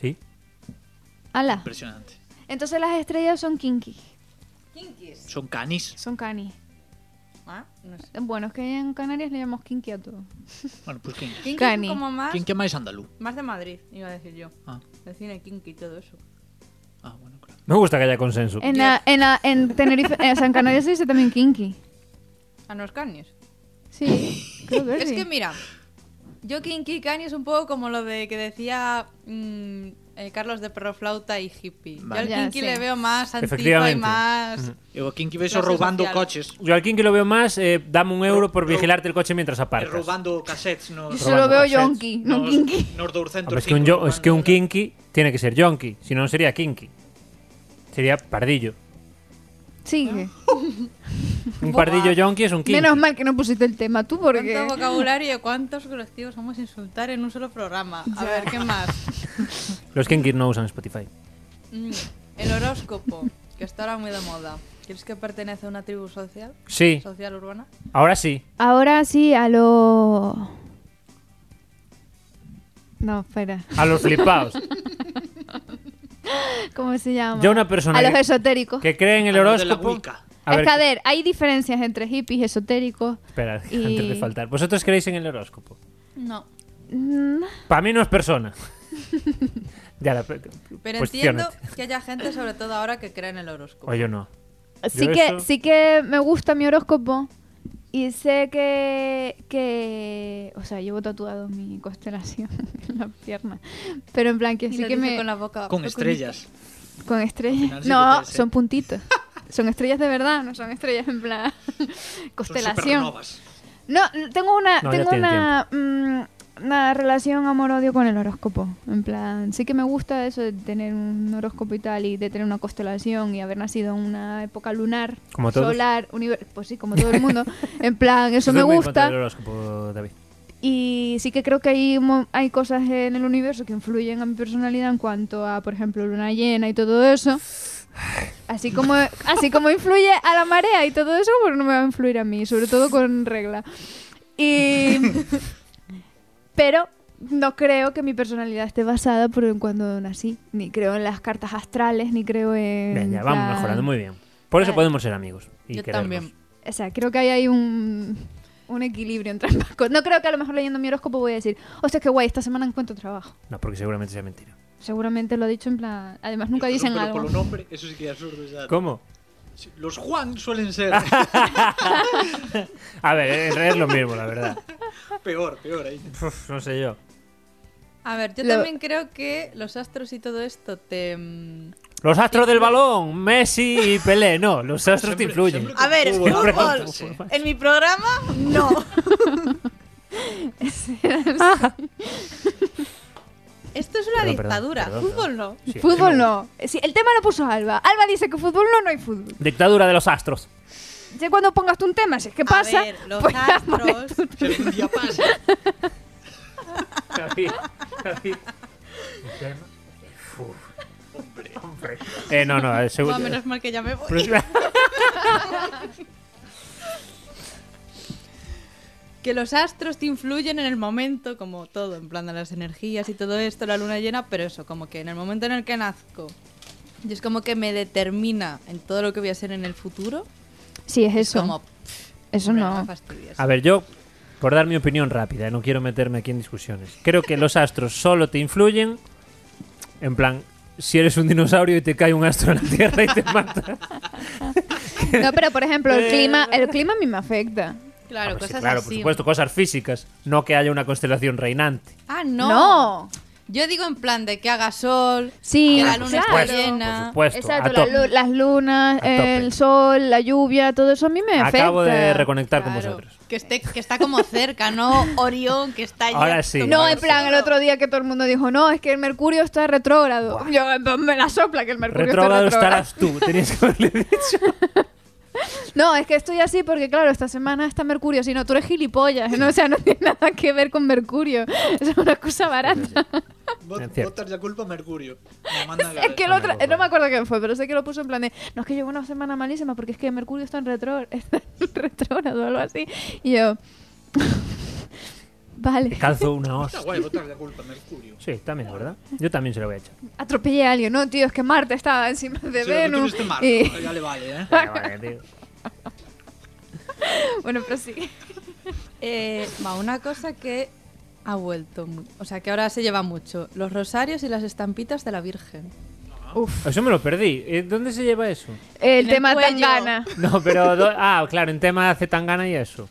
S1: Sí.
S3: Ala.
S2: Impresionante.
S3: Entonces las estrellas son kinky.
S4: Kinkis.
S2: Son canis.
S3: Son cani.
S4: Ah, no sé.
S3: Bueno, es que en Canarias le llamamos kinky a todo.
S2: Bueno, pues quen?
S4: Kinky
S3: Cani.
S4: como más,
S2: Quen que máis andalú?
S4: más de Madrid, iba a decir yo.
S2: Ah,
S4: De cine kinky y todo eso.
S2: ah, bueno, claro.
S1: Me gusta que haya consenso.
S3: En, la- en, la- en Tenerife. en San Canarias se dice también kinky.
S4: A los canis.
S3: Sí. creo que
S4: Es
S3: Pues sí.
S4: que mira, yo kinky y cani es un poco como lo de que decía mm, eh, Carlos de Perroflauta y hippie.
S2: Vale.
S4: Yo
S3: Ya,
S4: al kinky
S3: sí.
S4: le veo más antifa y
S1: Efectivamente.
S4: más...
S1: Ujú.
S2: Eu a quen que vexo
S4: Clase
S2: roubando
S4: social.
S2: coches.
S1: Yo al que lo veo más, eh, dame un euro por
S2: Ro- ro-
S1: vigilarte el coche mientras
S2: E
S1: aparcas.
S2: roubando cassettes nos...
S3: Yo solo
S1: Probando
S3: veo
S1: cassettes.
S3: yonki, no
S2: nos-
S3: kinky.
S2: Nos 200
S1: Hombre, es que un, yo- es que un kinky tiene que ser yonki, si no no sería kinky. Sería pardillo.
S3: Sigue.
S1: Un pardillo yonki es un kinky.
S3: Menos mal que no pusiste el tema tú porque...
S4: ¿Cuánto vocabulario y cuántos colectivos vamos a insultar en un solo programa? A ver, ¿qué más?
S1: Los kinkis no usan Spotify.
S4: Mm, el horóscopo, que está ahora muy de moda. ¿Crees que pertenece a una tribu social?
S1: Sí,
S4: ¿Social urbana?
S1: ahora sí.
S3: Ahora sí, a lo... No, espera.
S1: A los flipaos.
S3: ¿Cómo se llama?
S1: Yo una persona
S3: A los
S1: que-
S3: esotéricos.
S1: que creen en el horóscopo.
S3: Es que, a
S1: qué-
S3: ver, hay diferencias entre hippies, esotéricos...
S1: Espera,
S3: y-
S1: antes de faltar. ¿Vosotros creéis en el horóscopo?
S4: No.
S3: Mm,
S1: Para mí no es persona. ya la.
S4: Pero
S1: cuestiónate.
S4: entiendo que haya gente, sobre todo ahora, que cree en el horóscopo.
S1: O yo no.
S3: Sí
S1: Yo
S3: que,
S1: eso-
S3: sí que me gusta mi horóscopo y sé que, que... O sea, llevo tatuado mi constelación en la pierna. Pero en plan que
S4: Y
S3: sí
S4: lo
S3: que
S4: dice
S3: me...
S4: con la boca.
S2: Con estrellas.
S3: Con estrellas.
S2: sí
S3: No,
S2: que te-
S3: son puntitos. Son estrellas de verdad, no son estrellas en plan
S2: Son
S3: constelación.
S2: supernovas.
S3: No, tengo una,
S1: No, ya
S3: tengo
S1: tienen
S3: una, mm, una relación amor-odio con el horóscopo. En plan, sí que me gusta eso de tener un horóscopo y tal, y de tener una constelación y haber nacido en una época lunar,
S1: Como todos.
S3: solar, univer- pues sí, como todo el mundo. en plan, eso
S1: Estoy
S3: me
S1: muy en contra
S3: gusta.
S1: del horóscopo, David.
S3: Y sí que creo que hay, mo- hay cosas en el universo que influyen a mi personalidad en cuanto a, por ejemplo, luna llena y todo eso. Así como, así como influye a la marea y todo eso, pues no me va a influir a mí, sobre todo con regla. Y... Pero no creo que mi personalidad esté basada por en cuando nací. Ni creo en las cartas astrales, ni creo en...
S1: Venga, vamos
S3: plan-
S1: mejorando muy bien. Por eso
S3: Vale.
S1: podemos ser amigos. Y
S4: Yo
S1: querernos.
S4: también.
S3: O sea, creo que ahí hay un, un equilibrio entre ambas cosas. No creo que a lo mejor leyendo mi horóscopo voy a decir, hostia, qué guay, esta semana encuentro trabajo.
S1: No, porque seguramente sea mentira.
S3: Seguramente lo ha dicho en plan... Además, nunca
S2: Pero-
S3: dicen
S2: pero
S3: algo.
S2: Por un nombre, eso sí que es absurdo. o sea,
S1: ¿Cómo?
S2: sí, Los Juan suelen ser
S1: A ver, en realidad es lo mismo, la verdad.
S2: peor, peor ahí.
S1: Uf, no sé yo.
S4: A ver, yo
S3: Lo-
S4: también creo que los astros y todo esto te... mm,
S1: Los astros del balón, Messi y Pelé. No, los astros te influyen.
S2: siempre
S5: A ver,
S2: Fútbol,
S5: fútbol.
S2: fútbol.
S5: En mi programa, no.
S3: Ah,
S4: Esto es una
S1: Perdón, perdón,
S4: dictadura,
S1: perdón, perdón.
S4: fútbol no.
S1: Sí,
S3: Fútbol no. Sí, el tema lo puso Alba. Alba dice que fútbol no, no hay fútbol.
S1: Dictadura de los astros.
S3: Ya cuando pongas tú un tema, si es que pasa...
S4: A ver, los
S3: pues ya pones
S4: astros...
S3: tú-
S2: Si algún día pasa.
S1: Eh, no, no, eh, seguro.
S4: Buah, menos mal que ya me voy. que los astros te influyen en el momento, como todo, en plan de las energías y todo esto, la luna llena, pero eso, como que en el momento en el que nazco, y es como que me determina en todo lo que voy a ser en el futuro.
S3: Sí, es
S4: Es
S3: eso.
S4: como,
S3: eso
S4: hombre,
S3: no.
S4: me fastidies.
S1: A ver, yo, por dar mi opinión rápida, eh, no quiero meterme aquí en discusiones. Creo que los astros solo te influyen. En plan, si eres un dinosaurio y te cae un astro en la Tierra y te mata.
S3: No, pero por ejemplo,
S4: Eh,
S3: el clima, el clima a mí me afecta.
S4: Claro,
S1: Ah, pues sí,
S4: cosas
S1: claro,
S4: así.
S1: por supuesto, cosas físicas. No que haya una constelación reinante.
S4: Ah,
S3: No.
S4: no. Yo digo en plan de que haga sol,
S3: Sí,
S4: que la luna
S3: claro.
S4: esté
S1: Por
S4: llena.
S1: supuesto. a
S3: Exacto, la
S1: tope.
S3: lu- las lunas,
S1: A tope.
S3: el sol, la lluvia, todo eso a mí me afecta.
S1: Acabo de reconectar con
S4: Claro,
S1: vosotros.
S4: que, esté, que está como cerca, no Orión, que está allí.
S1: Ahora sí.
S3: No,
S1: Vale,
S3: en plan, el otro día que todo el mundo dijo, no, es que el mercurio está retrógrado. Yo, pues, me la sopla que el mercurio
S1: Retrógrado
S3: está retrógrado.
S1: estarás tú, tenías que haberle dicho.
S3: No, es que estoy así porque, claro, esta semana está mercurio, si no, tú eres gilipollas. ¿no? O sea, no tiene nada que ver con mercurio. Es una excusa barata.
S2: Vot-
S1: Es cierto.
S2: Votar la culpa a Mercurio. Me manda a la-
S3: Es que el otro, eh, no me acuerdo quién fue, pero sé que lo puso en plan de, no, es que llevo una semana malísima porque es que mercurio está en retró- está en retrógrado o algo así. Y yo, vale.
S1: Calzo una
S2: Está
S1: hostia.
S2: guay votar la culpa a Mercurio.
S1: Sí, también, ¿verdad? Yo también se lo voy a echar.
S3: atropellé a alguien, no, tío, es que Marte estaba encima de
S2: Si lo
S3: Venus.
S2: tuviste mal,
S3: Y- Pues
S2: ya le vale, ¿eh?
S1: Vale, vale, tío.
S3: bueno, pero sí.
S4: Eh, va, una cosa que ha vuelto, mu- o sea, que ahora se lleva mucho, los rosarios y las estampitas de la Virgen.
S1: Eso me lo perdí. Eh, ¿Dónde se lleva eso?
S3: El
S4: En el
S3: tema
S4: cuello.
S3: Tangana.
S1: No, pero. do- Ah, claro, en tema hace tan gana y eso.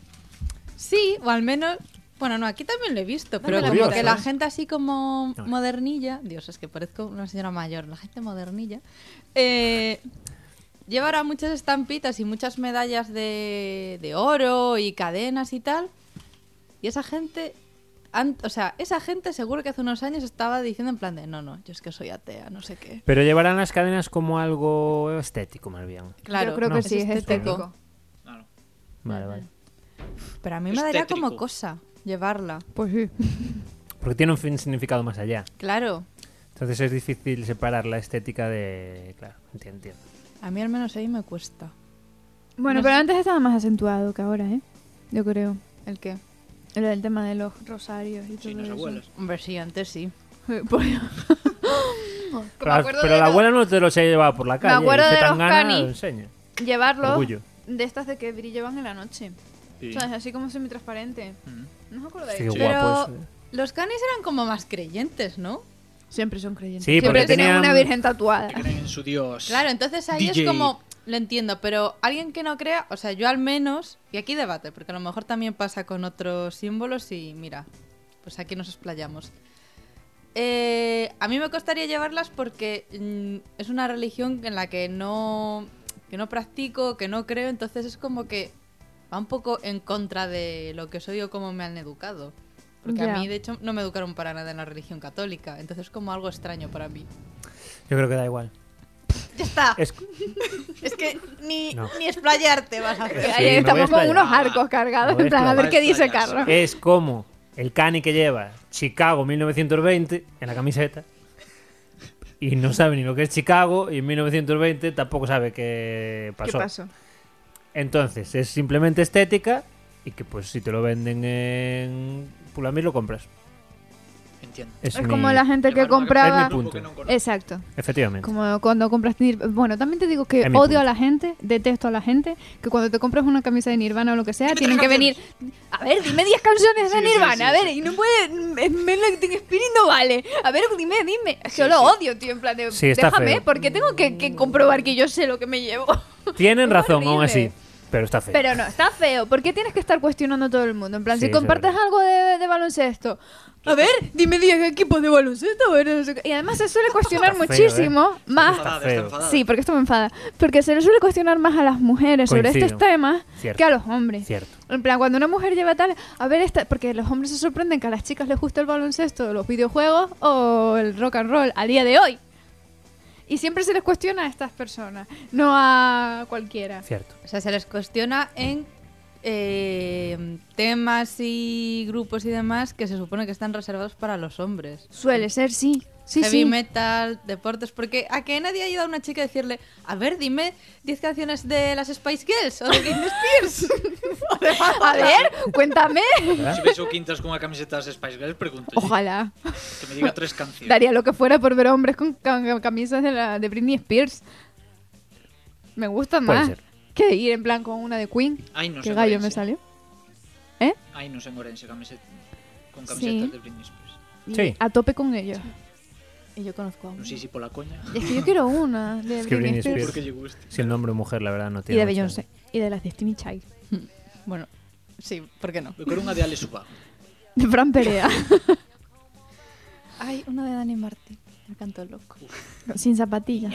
S4: Sí, o al menos... Bueno, no, aquí también lo he visto, Ah. pero
S1: la
S4: como
S1: curioso,
S4: que
S1: ¿eh?
S4: la gente así como
S1: No.
S4: modernilla, Dios, es que parezco una señora mayor, la gente modernilla, eh, lleva ahora muchas estampitas y muchas medallas de, de oro y cadenas y tal, y esa gente, an- o sea, esa gente seguro que hace unos años estaba diciendo en plan de, no, no, yo es que soy atea, no sé qué.
S1: Pero llevarán las cadenas como algo estético, más bien.
S4: Claro,
S3: Yo creo
S1: no.
S3: que sí, es este.
S1: estético.
S3: estético.
S2: No, no.
S1: Vale, vale.
S4: Pero a mí me
S2: Es
S4: daría
S2: tétrico.
S4: como cosa llevarla.
S3: Pues sí.
S1: Porque tiene un fin- significado más allá.
S4: Claro,
S1: Entonces es difícil separar la estética de. Claro, entiendo, entiendo.
S4: a mí al menos ahí me cuesta.
S3: Bueno,
S4: No
S3: pero
S4: sé.
S3: antes estaba más acentuado que ahora, ¿eh? Yo creo.
S4: ¿El qué?
S3: Lo del tema de los rosarios y todo
S2: Sí, las
S3: eso.
S2: abuelas.
S4: Hombre, sí, antes sí.
S3: Pues-
S1: Pero, pero la abuela no te lo se llevaba por la calle.
S3: acuerdo
S1: y
S3: de
S1: se tan
S3: los
S1: gana,
S3: canis.
S1: lo enseña.
S3: Llevarlo
S1: Orgullo.
S3: de estas de que brillaban en la noche.
S2: Sí.
S3: ¿Sabes? Así como semitransparente.
S2: Mm.
S3: ¿No os acordáis?
S1: Sí, qué
S4: Pero
S1: guapo eso.
S4: los canis eran como más creyentes, ¿no?
S3: Siempre son creyentes.
S1: Sí, porque
S3: Siempre tienen
S1: tenían-
S3: una virgen tatuada.
S2: Que creen en su dios.
S4: Claro, entonces ahí
S2: DJ.
S4: es como... Lo entiendo, pero alguien que no crea, o sea, yo al menos, y aquí debate, porque a lo mejor también pasa con otros símbolos y mira, pues aquí nos explayamos. Eh, a mí me costaría llevarlas porque mm, es una religión en la que no, que no practico, que no creo, entonces es como que va un poco en contra de lo que soy o cómo me han educado. Porque
S3: Ya.
S4: a mí, de hecho, no me educaron para nada en la religión católica, entonces es como algo extraño para mí.
S1: Yo creo que da igual.
S4: Ya está,
S1: Es...
S4: es que ni,
S1: No.
S4: ni explayarte vas a hacer.
S1: Sí, me
S3: Ahí
S1: voy a
S3: estamos con
S1: explayar.
S3: unos arcos cargados.
S1: Me voy a
S3: En plan, a ver
S2: explayar.
S3: qué dice
S2: Explayarse.
S3: Carlos.
S1: es como el cani que lleva Chicago 1920 en la camiseta y no sabe ni lo que es Chicago y en 1920 tampoco sabe qué
S5: ¿Qué
S1: pasó.
S5: pasó?
S1: Entonces, es simplemente estética y que pues si te lo venden en Pulamí lo compras.
S2: Entiendo.
S1: Es,
S3: Es
S1: mi-
S3: como la gente que
S2: Llevar una
S3: compraba.
S1: Es mi
S2: grupo que
S1: punto.
S2: no conozco.
S3: Exacto.
S1: Efectivamente.
S3: Como cuando compras Nirvana. Bueno, también te digo que
S1: Es mi
S3: odio
S1: punto.
S3: a la gente, detesto a la gente, que cuando te compras una camisa de Nirvana o lo que sea,
S2: Dime
S3: tienen que
S2: tres
S3: venir. A ver, dime 10 canciones de
S2: Sí, sí,
S3: Nirvana,
S2: sí,
S3: a ver,
S2: sí.
S3: y no puede. mm, Melody Spirit no vale. A ver, dime, dime. yo lo odio, tío, en plan de.
S1: Sí, está
S3: déjame,
S1: feo.
S3: porque tengo que, que comprobar que yo sé lo que me llevo.
S1: Tienen
S3: Es
S1: razón, aún
S3: horrible.
S1: así. Pero está feo.
S3: Pero no, está feo. ¿Por qué tienes que estar cuestionando a todo el mundo? En plan,
S1: Sí,
S3: si
S1: eso es
S3: compartes
S1: verdad.
S3: algo de, de baloncesto, a ver, dime 10 equipos de baloncesto. a ver, no sé qué. Y además se suele cuestionar
S1: Está feo, ¿eh?
S3: muchísimo más.
S1: Está
S2: Enfadada, está
S1: feo.
S2: enfadada.
S3: Sí, porque esto me enfada. Porque se le suele cuestionar más a las mujeres sobre
S1: Coincido.
S3: estos temas
S1: Cierto.
S3: que a los hombres.
S1: Cierto.
S3: En plan, cuando una mujer lleva tal, a ver, esta, porque los hombres se sorprenden que a las chicas les gusta el baloncesto, los videojuegos o el rock and roll a día de hoy. Y siempre se les cuestiona a estas personas, no a cualquiera.
S1: Cierto.
S4: O sea, se les cuestiona en eh, temas y grupos y demás que se supone que están reservados para los hombres.
S3: Suele ser, sí. Sí,
S4: Heavy
S3: sí.
S4: metal, deportes, porque a que nadie ha ido a una chica a decirle, a ver, dime 10 canciones de las Spice Girls o de Britney Spears.
S3: A ver, cuéntame.
S2: Si veis o quintas con una camiseta de Spice Girls, pregunto.
S3: Ojalá.
S2: Que me diga tres canciones.
S3: Daría lo que fuera por ver hombres con ca- camisas de, la, de Britney Spears. Me gustan
S1: Puede
S3: más
S1: ser.
S3: que ir en plan con una de Queen.
S2: Ay, no
S3: Qué
S2: sé,
S3: gallo
S2: Orense.
S3: me salió.
S2: Ay, no sé, en Orense, camiseta, con camisetas
S3: Sí.
S2: de Britney Spears.
S1: Sí.
S3: A tope con ellos.
S4: Y yo conozco a
S2: No sé si por la coña.
S3: Y es que yo quiero una de
S1: Es que
S3: Britney
S1: Britney
S3: Spears.
S1: Spears.
S2: Porque yo guste.
S1: Si el nombre mujer, la verdad, no
S3: Y
S1: tiene.
S3: de
S1: mucha-
S3: Beyoncé. Y de las de Steamy Child.
S4: Bueno, sí, ¿por qué no?
S2: Me acuerdo una de Ale Subago.
S3: De Fran Perea.
S4: Ay, una de Dani Martín, el canto del loco.
S3: Sin zapatillas.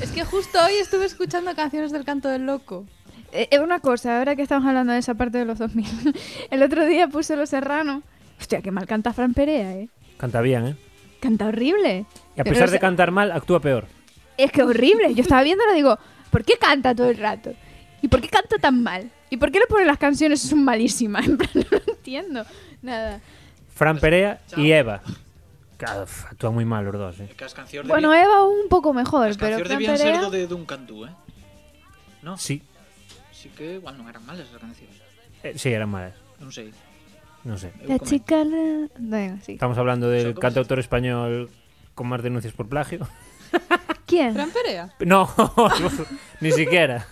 S4: Es que justo hoy estuve escuchando canciones del canto del loco.
S3: Eh, eh, una cosa, ahora que estamos hablando de esa parte de los 2000. El otro día puse Los Serrano. Hostia, qué mal canta Fran Perea, eh.
S1: Canta bien, ¿eh?
S3: Canta horrible.
S1: Y a
S3: Pero
S1: pesar
S3: es-
S1: de cantar mal, actúa peor.
S3: Es que horrible. Yo estaba viéndolo y digo, ¿por qué canta todo el rato? ¿Y por qué canta tan mal? ¿Y por qué le ponen las canciones son malísimas? En plan, no lo entiendo. Nada.
S1: Fran Perea
S2: Pues, Chao.
S1: y Eva. Claro, uf, actúan muy mal los dos, ¿eh?
S2: Que las canciones
S3: Bueno,
S2: debían,
S3: Eva un poco mejor,
S2: las
S3: pero
S2: canciones
S3: Fran
S2: debían
S3: Perea...
S2: ser do de Duncan Du, ¿eh? No,
S1: Sí.
S2: sí que igual no eran malas las canciones. eh,
S1: Eh, sí, eran malas.
S2: Non sei.
S1: No sé.
S2: eu
S3: La
S2: comento.
S3: chica... la- Venga, sí.
S1: Estamos hablando
S2: O sea,
S1: del
S2: ¿cómo
S1: cantautor español con más denuncias por plagio.
S3: ¿Quién?
S4: ¿Fran Perea?
S1: No, ni siquiera.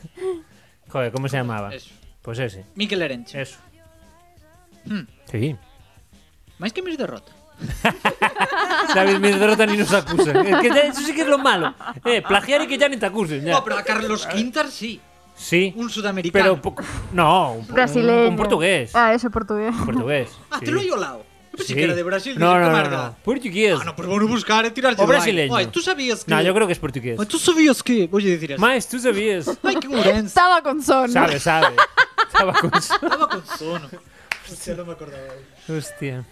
S1: Joder, ¿cómo se llamaba?
S2: Eso.
S1: Pues ese.
S2: Miquel Erenche.
S1: Eso.
S2: Hmm.
S1: Sí.
S2: Máis que mis derrota.
S1: David Mills derrota ni nos acusan. Es que ya- eso sí que es lo malo. Eh, plagiar y que ya ni te acusen. ya.
S2: No, Oh, pero a Carlos Quintar sí.
S1: Sí.
S2: Un
S1: Pero
S2: sudamericano.
S1: poco- no, un, un- un portugués.
S3: Ah, eso portugués.
S1: Portugués.
S2: Ah,
S1: sí.
S2: te lo he olado. Yo pensé
S1: Sí.
S2: que era de Brasil.
S1: No,
S2: dije,
S1: no,
S2: "Qué
S1: no,
S2: merda".
S1: no. Portugués.
S2: Ah, no, pues bueno, buscar e tirar
S1: O brasileño.
S2: Oye, tú sabías que...
S1: No, yo creo que es portugués.
S2: Oye, tú sabías que... Voy a decir así.
S1: Más, tú sabías.
S2: Ay, que Urense.
S3: Estaba con son.
S1: Sabe, sabe. Estaba con su-
S2: Estaba con sono. Hostia, no me acordaba.
S1: Hostia.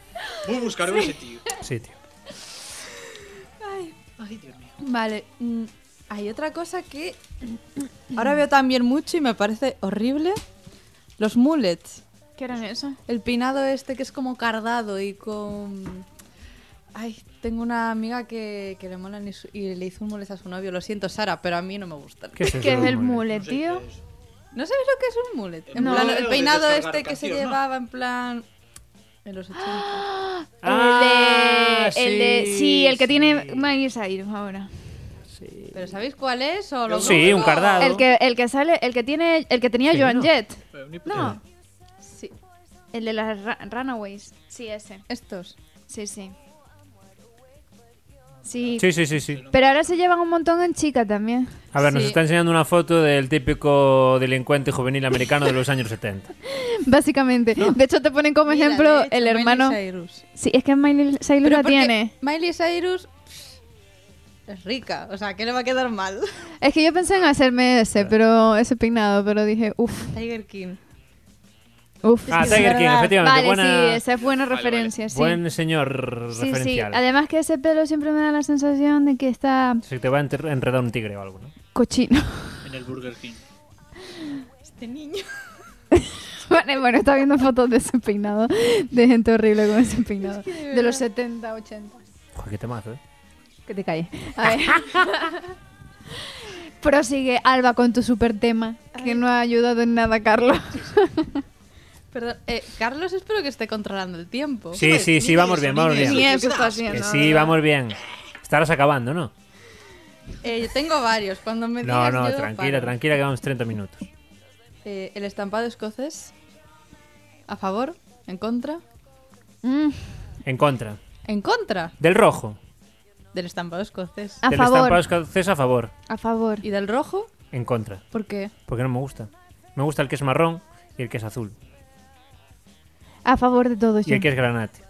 S2: Voy a buscar sí. ese tío.
S1: Sí, tío.
S2: Ay, Dios mío.
S4: Vale, mm, hay otra cosa que ahora veo también mucho y me parece horrible. Los mullets.
S3: ¿Qué eran eso?
S4: El peinado este que es como cardado y con... Ay, tengo una amiga que, que le molan y, su- y le hizo un mullet a su novio. Lo siento, Sara, pero a mí no me gustan.
S1: ¿Qué es, eso
S3: ¿Qué es
S1: de
S3: el
S1: mule?
S3: mule,
S2: No sé
S3: tío?
S2: qué es.
S4: ¿No sabes lo que es un mullet? En
S3: No.
S4: plan,
S2: No,
S4: el
S2: de
S4: peinado
S2: descargar
S4: este que se
S2: canción, ¿no?
S4: llevaba en plan... En los 80.
S1: Ah,
S3: el de... El de...
S1: sí,
S3: Sí, el que
S1: sí.
S3: tiene Miley Cyrus ahora.
S4: ¿Pero sabéis cuál es? ¿O lo
S1: Sí,
S4: busco?
S1: un cardado.
S3: El que, el que sale... El que tiene... El que tenía
S1: Sí,
S3: Joan
S1: ¿no?
S3: Jett.
S2: Pero ni puta idea.
S3: No.
S4: Sí,
S3: El de las ra- Runaways. Sí, ese.
S4: estos.
S3: Sí, sí. Sí.
S1: Sí, sí, sí, sí.
S3: Pero ahora se llevan un montón en chica también.
S1: A ver, nos
S4: Sí.
S1: está enseñando una foto del típico delincuente juvenil americano de los años 70.
S3: Básicamente. De hecho, te ponen como
S4: Mira,
S3: ejemplo
S4: de hecho,
S3: el
S4: Miley
S3: hermano.
S4: Cyrus.
S3: Sí, es que Miley Cyrus
S4: Pero
S3: la
S4: porque
S3: tiene.
S4: Miley Cyrus pff, es rica, o sea, ¿qué le va a quedar mal?
S3: Es que yo pensé en hacerme ese, pero ese peinado, pero dije, uff,
S4: Tiger King.
S3: uff.
S1: Ah, Tiger King, efectivamente.
S3: Vale,
S1: buena,
S3: sí, esa es buena
S2: Vale, vale.
S3: referencia, sí.
S1: Buen señor
S3: sí, sí.
S1: referencial.
S3: Además que ese pelo siempre me da la sensación de que está
S1: Se te va a enter- enredar un tigre o algo, ¿no?
S3: cochino.
S2: En el Burger King.
S4: Este niño.
S3: Vale, bueno, está viendo fotos de ese peinado, de gente horrible con ese peinado. de, los 70, 80.
S1: Joder, qué temazo, ¿eh?
S3: Que te calles. A ver. Prosigue, Alba, con tu super tema, que no ha ayudado en nada, Carlos.
S4: Perdón, eh, Carlos, espero que esté controlando el tiempo.
S1: Sí, sí, sí, vamos bien, vamos
S3: Ni
S1: bien.
S3: eso está
S1: Que
S3: haciendo.
S1: sí, vamos bien. Estarás acabando, ¿no?
S4: Eh, yo tengo varios. Cuando me
S1: No,
S4: digas
S1: no,
S4: yo,
S1: tranquila,
S4: paro.
S1: tranquila, que vamos 30 minutos.
S4: Eh, el estampado escocés. ¿A favor? ¿En contra?
S3: Mm,
S1: En contra.
S4: ¿En contra
S1: Del rojo.
S4: del estampado escocés?
S3: a
S1: del estampado
S3: favor,
S1: escocés a favor.
S3: a favor.
S4: ¿Y del rojo?
S1: En contra.
S3: ¿Por qué?
S1: Porque no me gusta. Me gusta el que es marrón y el que es azul.
S3: A favor de todo,
S1: Y
S3: yo.
S1: el que es granate.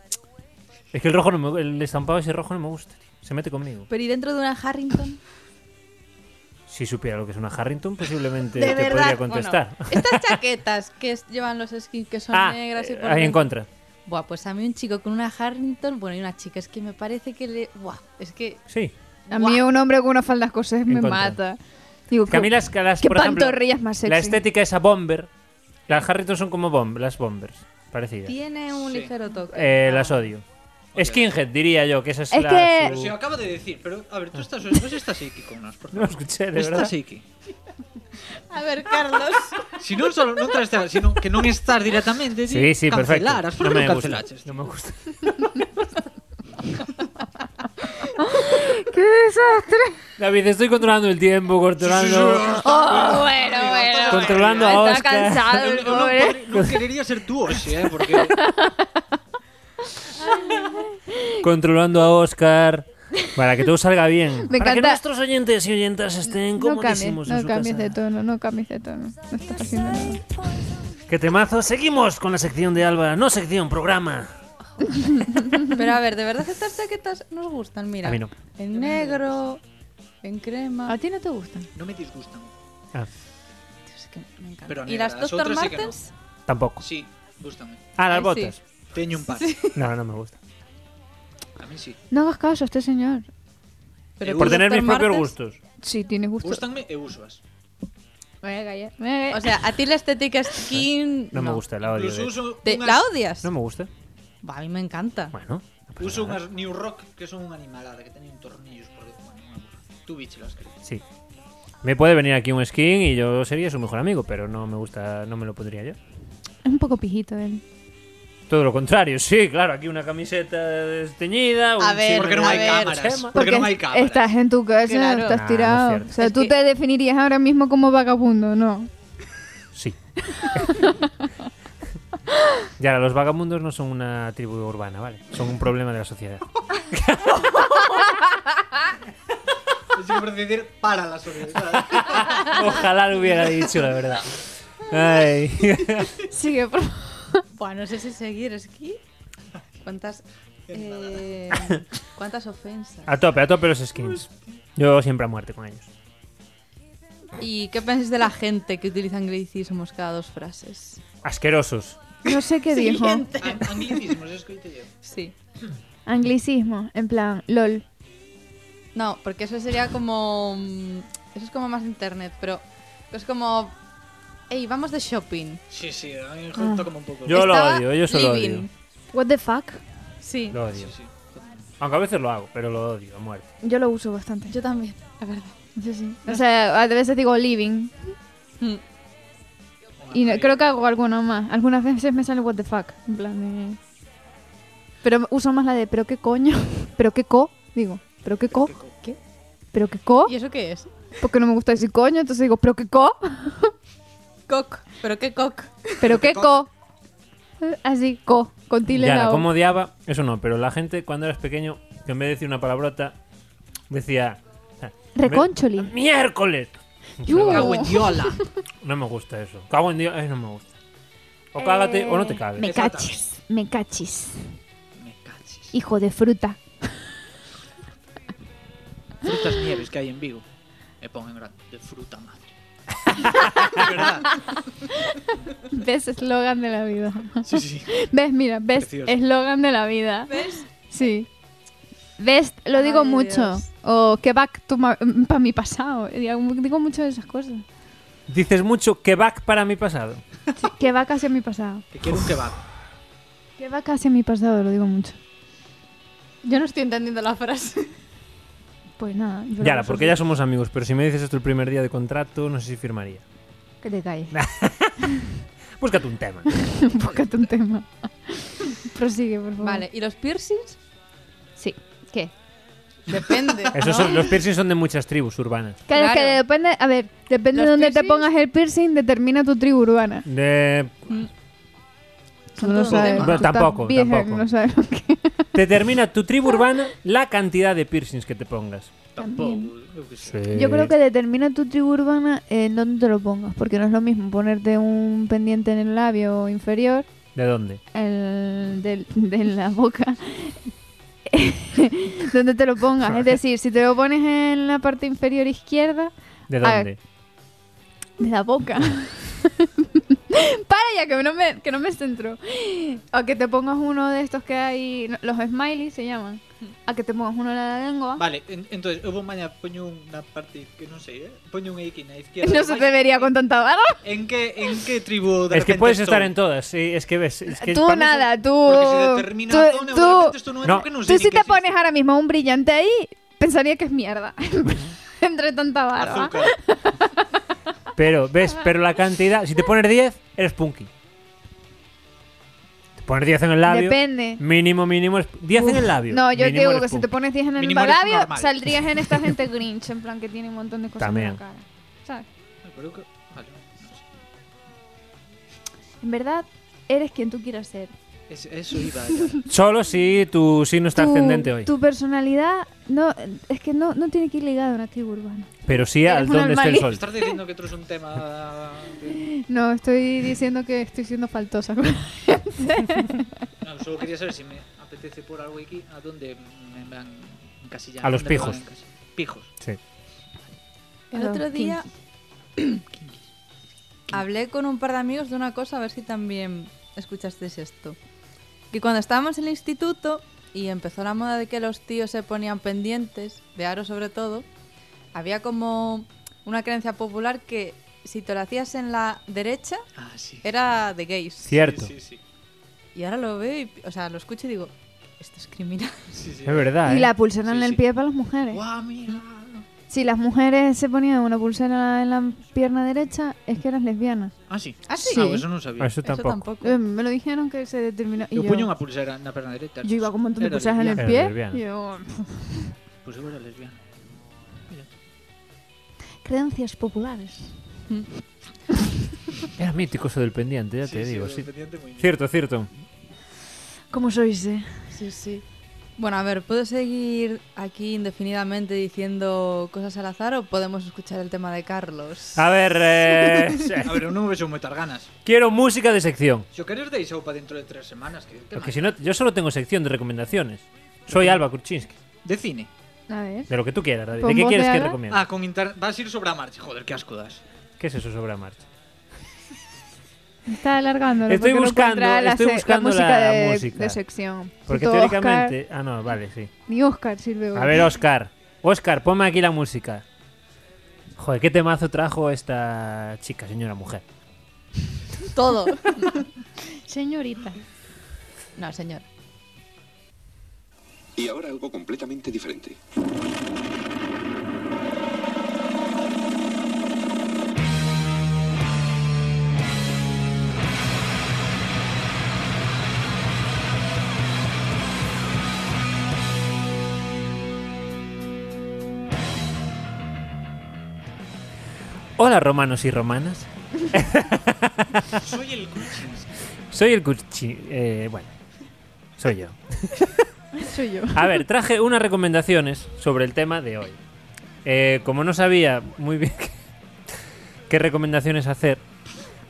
S1: Es que el rojo no me, el estampado ese rojo no me gusta. tío. Se mete conmigo.
S4: ¿Pero y dentro de una Harrington?
S1: Si supiera lo que es una Harrington, posiblemente
S4: De
S1: te
S4: verdad.
S1: podría
S4: Bueno,
S1: contestar.
S4: estas chaquetas que es- llevan los skins que son
S1: ah,
S4: negras y por
S1: ahí en
S4: dentro-
S1: contra.
S4: Buah, pues a mí un chico con una Harrington, bueno, y una chica, es que me parece que le... Buah, es que...
S1: Sí.
S3: A mí un hombre con una falda escocés me
S1: contra.
S3: mata. Digo,
S1: Que a mí
S3: ¿qué-
S1: las, las-
S3: ¿Qué
S1: por ejemplo,
S3: pantorrillas más sexy?
S1: La estética esa bomber. Las Harrington son como bomb, las bombers. Parecidas.
S4: Tiene un
S2: Sí.
S4: ligero toque.
S1: Eh, las odio.
S2: Joder.
S1: Skinhead, diría yo, que esa es,
S3: Es
S1: la. su-
S3: que-
S2: Pero si lo acabo de decir, pero a ver, tú estás, no estás Iki con nos, por
S1: No lo
S2: favor.
S1: escuché, Ah. de verdad.
S2: Estás Iki.
S4: A ver, Carlos.
S2: Si non solo non trastear, sino que non estar directamente,
S1: Sí, sí, perfecto.
S2: cancelaras, por
S1: No
S2: que
S1: me
S2: non
S1: gusta.
S2: cancelaches?
S1: No me gusta.
S3: ¡Qué desastre!
S1: David, estoy controlando el tiempo, controlando.
S3: Oh, bueno, bueno.
S1: Controlando a
S3: Está
S1: Oscar.
S3: cansado
S2: Non,
S3: el
S2: non,
S3: pobre.
S2: podri- non querería ser tú hoxe, eh, porque
S1: controlando a Oscar. Para que todo salga bien.
S3: Me
S1: para que
S3: encanta.
S1: nuestros oyentes y oyentas estén
S3: No cambies,
S1: comodísimos en
S3: no
S1: su
S3: cambies
S1: casa.
S3: de tono, no cambies de tono. No estás haciendo nada.
S1: Qué temazo. Seguimos con la sección de Alba. No sección, programa.
S4: Pero a ver, de verdad estas chaquetas nos gustan, mira.
S1: A mí no.
S4: En negro, en crema.
S3: ¿A ti no te gustan?
S2: non me disgustan.
S4: Dios, es que me encanta.
S2: Pero
S4: ¿Y
S2: negra,
S4: las
S2: las
S4: Dr.
S2: otras sí que
S4: Martens?
S1: Tampoco.
S2: Sí, gustame.
S1: Ah, las
S4: Ay,
S1: botas.
S2: Teño un par.
S1: No, no me gusta.
S2: A mí sí.
S3: No hagas caso a este señor.
S4: Pero
S2: Eh,
S1: Por
S4: Dr.
S1: tener mis propios
S4: Martens-
S1: gustos.
S3: Sí, tiene gusto. Eh,
S2: Gustanme e usoas.
S3: Me voy a callar, me voy a callar.
S4: O sea, a ti la estética skin...
S1: No, me gusta, la odio.
S2: Incluso
S1: de-
S2: uso
S4: ¿Te-
S2: unhas-
S4: ¿La odias?
S1: No me gusta.
S4: Buah, a mí me encanta.
S1: Bueno. no pasa
S2: Uso
S1: nada.
S2: unhas New Rock que son unha animalada, que teñen tornillos por dentro. Bueno, unha burra. Tú bichelas, creo.
S1: Sí. Me puede venir aquí un skin y yo sería su mejor amigo, pero no me gusta, no me lo pondría yo.
S3: Es un poco pijito él.
S1: Todo lo contrario, sí, claro, aquí una camiseta desteñida, un
S4: A ver,
S1: sí,
S2: Porque non
S4: a
S2: hai
S4: ver.
S2: cámaras.
S1: Chema.
S2: Porque non hai cámaras.
S3: estás en tu casa,
S4: Claro.
S3: estás
S1: Nah,
S3: tirado.
S1: Ah, no es cierto.
S3: o sea,
S4: Es
S3: tú
S4: que-
S3: te definirías ahora mismo como vagabundo, ¿no?
S1: Sí. Y ahora, los vagamundos no son una tribu urbana, ¿vale? Son un problema de la sociedad.
S2: Yo por decir para la sociedad.
S1: Ojalá lo hubiera dicho, la verdad. Ay.
S3: Sigue, por favor.
S4: Buah, no sé si seguir, es que... ¿Cuántas, eh, ¿Cuántas ofensas?
S1: A tope, a tope los skins. Yo siempre a muerte con ellos.
S4: ¿Y qué pensáis de la gente que utiliza anglicismos cada dos frases?
S1: Asquerosos.
S3: No sé qué dijo.
S2: Anglicismos, escoite yo.
S4: Sí.
S3: Anglicismo, en plan, lol.
S4: No, porque eso sería como... mm, Eso es como más internet, pero es como... Ey, vamos de shopping.
S2: Sí, sí, a mí me toca un pouco.
S1: Yo lo
S4: Estaba
S1: odio, yo solo
S4: living.
S1: odio.
S3: What the fuck?
S4: Sí,
S1: Lo
S2: Sí,
S1: odio.
S2: sí.
S1: Aunque a veces lo hago, pero lo odio a muerte.
S3: Yo lo uso bastante.
S4: yo también, la verdad.
S3: Sí, sí. O sea, a veces digo living.
S4: Mm.
S3: Y no- creo que hago alguna más. Algunas veces me sale what the fuck. En plan de... Pero uso más la de pero qué coño. Pero qué co. Digo, pero qué co. ¿Qué? Pero qué co.
S4: ¿Y eso qué es?
S3: Porque no me gusta decir coño. Entonces digo, pero qué co.
S4: Cock. ¿Pero qué cock?
S3: Pero qué co. Así, co. Con tilde en
S1: Ya,
S3: la O.
S1: como odiaba, eso no, pero la gente cuando eras pequeño, que en vez de decir una palabrota, decía.
S3: Recóncholi.
S1: ¡Miércoles!
S3: Yu.
S2: Cago en Diola.
S1: No me gusta eso. Cago en Dios, eso no me gusta. O cágate o no te cagues.
S3: Eh, Me
S2: Exactamente.
S3: cachis. Me cachis.
S2: Me cachis.
S3: Hijo de fruta.
S2: Frutas nieves que hai en Vigo. E pon en grande de fruta madre. De verdad.
S3: Ves eslogan de la vida.
S2: Sí, sí.
S3: Ves, mira, ves
S2: Precioso.
S3: eslogan de la vida.
S4: ¿Ves?
S3: Sí. ¿Ves? Lo
S4: Ay,
S3: digo
S4: Dios.
S3: mm, mucho. O que back to my- pa' mi pasado. Digo digo mucho de esas cosas.
S1: Dices mucho kebab para mi pasado.
S3: Sí, que va casi a mi pasado.
S2: Que quiero un kebab.
S3: Que va casi a mi pasado, lo digo mucho.
S5: Yo no estoy entendiendo la frase.
S3: Pues nada. yo
S1: Yara,
S3: lo
S1: porque ya somos amigos, pero si me dices esto el primer día de contrato, no sé si firmaría.
S3: Que te calles.
S1: Búscate un tema.
S3: Búscate un tema. Prosigue, por favor.
S4: Vale, ¿y los piercings?
S5: Sí. ¿Qué?
S4: Depende.
S1: Esos
S3: Ah.
S1: son- los piercings son de muchas tribus urbanas.
S3: Claro, es que
S4: Claro.
S3: depende, a ver, depende
S4: Los
S3: de dónde te
S4: piercings-
S3: pongas el piercing, determina tu tribu urbana.
S1: De-
S3: Tú no lo
S4: todos
S3: sabes.
S4: temas.
S3: tú
S1: Bueno,
S3: estás
S1: tampoco,
S3: virgen,
S1: tampoco.
S3: No sabes lo que-
S1: determina tu tribu urbana la cantidad de piercings que te pongas.
S2: Tampoco.
S3: También.
S2: yo qué sé.
S3: Yo creo que determina tu tribu urbana en dónde te lo pongas, porque no es lo mismo ponerte un pendiente en el labio inferior,
S1: ¿De dónde?
S3: el del- de la boca, donde te lo pongas. Es decir, si te lo pones en la parte inferior izquierda,
S1: ¿De
S3: A
S1: dónde?
S3: De la boca. Para ya, que no me, que no me centro. A que te pongas uno de estos que hay, no, los smileys se llaman. A que te pongas uno en la lengua.
S2: Vale, en- entonces, eu vou mañá poño unha parte que non sei, eh? Poño unha aquí na izquierda.
S3: No se te vería con tanta barba.
S2: En que en que tribu de
S1: Es que
S2: repente
S1: puedes estar en
S2: estou?
S1: todas, sí, es que ves. es que
S3: Tú
S1: para mí
S3: nada, tú.
S2: Porque se determina a zona, eu de
S3: tú,
S2: repente estou nunha
S1: No.
S2: época que non
S3: tú,
S2: sei nin
S3: tú si
S2: que
S3: te
S2: existe.
S3: pones ahora mismo un brillante ahí, pensaría que es mierda. Entre tanta barba.
S2: Azúcar.
S1: son- Pero, ves, pero la cantidad. Si te pones 10, eres punky. Te pones 10 en el labio.
S3: Depende.
S1: Mínimo, mínimo. es- 10 en el labio.
S3: No, yo
S1: mínimo
S3: digo
S1: eres
S3: que si
S1: punky.
S3: te pones 10 en el
S2: Mínimo eres
S3: labio,
S2: normal.
S3: saldrías en esta gente grinch, en plan que tiene un montón de cosas en
S1: También.
S3: la cara. ¿Sabes?
S2: Ah, pero eu que- Vale.
S3: En verdad, eres quien tú quieras ser.
S2: Es- Eso iba. ya.
S1: Solo si tu signo está ascendente hoy.
S3: Tu personalidad no, es que no, no tiene que ir ligada a una tribu urbana.
S1: Pero sí al
S3: eres un
S1: donde esté el
S3: almalí.
S1: sol.
S2: Estás dicindo que trouxe un tema de-
S3: No, estoy diciendo que estoy siendo faltosa.
S2: No, solo quería saber si me apetece por algo aquí a dónde me van encasillando.
S1: A los
S2: ¿Dónde me van
S1: pijos.
S2: encasillando? Pijos.
S1: Sí.
S4: El otro día hablé con un par de amigos de una cosa, a ver si también escuchasteis esto. Que cuando estábamos en el instituto y empezó la moda de que los tíos se ponían pendientes, de aro sobre todo, había como una creencia popular que si te lo hacías en la derecha
S2: Ah, sí.
S3: Eh,
S4: era de gays.
S1: Cierto.
S2: Sí, sí, sí.
S4: Y ahora lo veo y, o sea, lo escucho y digo, esto es criminal.
S2: Sí, sí.
S1: Es verdad.
S3: Y
S1: ¿eh?
S3: la pulsera
S2: Sí,
S3: en el
S2: sí.
S3: pie para las mujeres.
S2: Guau, mira.
S3: Si las mujeres se ponían una pulsera en la pierna derecha, es que eras lesbiana.
S2: Ah, sí.
S4: Ah, sí.
S2: Ah, eso non sabía.
S1: Eso tampoco.
S4: Eso tampoco.
S3: Eh, Me lo dijeron que se determinó. y
S2: Eu
S3: yo,
S2: puño unha pulsera na perna derecha.
S3: yo iba con un montón de
S2: Era
S3: pulseras en el
S1: lesbiana.
S3: pie.
S1: Era lesbiana.
S3: y yo,
S1: Eh.
S2: Pues eu era lesbiana.
S3: creencias populares.
S1: Era mítico eso del pendiente, ya te
S2: Sí, sí,
S1: digo.
S2: era
S1: sí.
S2: dependiente moi bien.
S1: Cierto, cierto.
S3: ¿Cómo sois, eh?
S4: Sí, sí. Bueno, a ver, ¿puedo seguir aquí indefinidamente diciendo cosas al azar o podemos escuchar el tema de Carlos?
S1: A ver, eh,
S2: A ver, eu non me vexo moitas ganas.
S1: quiero música de sección.
S2: Se o queres deixou para dentro de tres semanas que, que
S1: Porque si no, yo solo tengo sección de recomendaciones. Soy Alba Kurczynski.
S2: De cine
S3: A ver.
S1: De lo que tú quieras, David. ¿De
S3: ¿Con
S1: qué
S3: voz
S1: quieres
S3: de
S1: que
S3: Alba?
S1: recomiende?
S2: Ah, con inter... vas a ir sobre a marcha Joder, que asco das
S1: ¿Qué es eso sobre la marcha?
S3: Me Está alargando.
S1: Estoy buscando- estoy buscando
S3: música,
S1: la
S3: de,
S1: música.
S3: de sección.
S1: Porque
S3: Puto
S1: teóricamente... Ah, no, vale, sí.
S3: Oscar- ni Oscar sirve. hoy.
S1: A ver, Oscar. Oscar, ponme aquí la música. Joder, qué temazo trajo esta chica, señora mujer.
S4: Todo.
S3: Señorita.
S4: No, señor.
S6: Y ahora algo completamente diferente.
S1: Hola, romanos y romanas.
S2: Soy el Cuchins
S1: Soy el Kurchi... eh, bueno, soy yo.
S3: Soy yo.
S1: A ver, traje unas recomendaciones sobre el tema de hoy. Eh, como no sabía muy bien qué- qué recomendaciones hacer,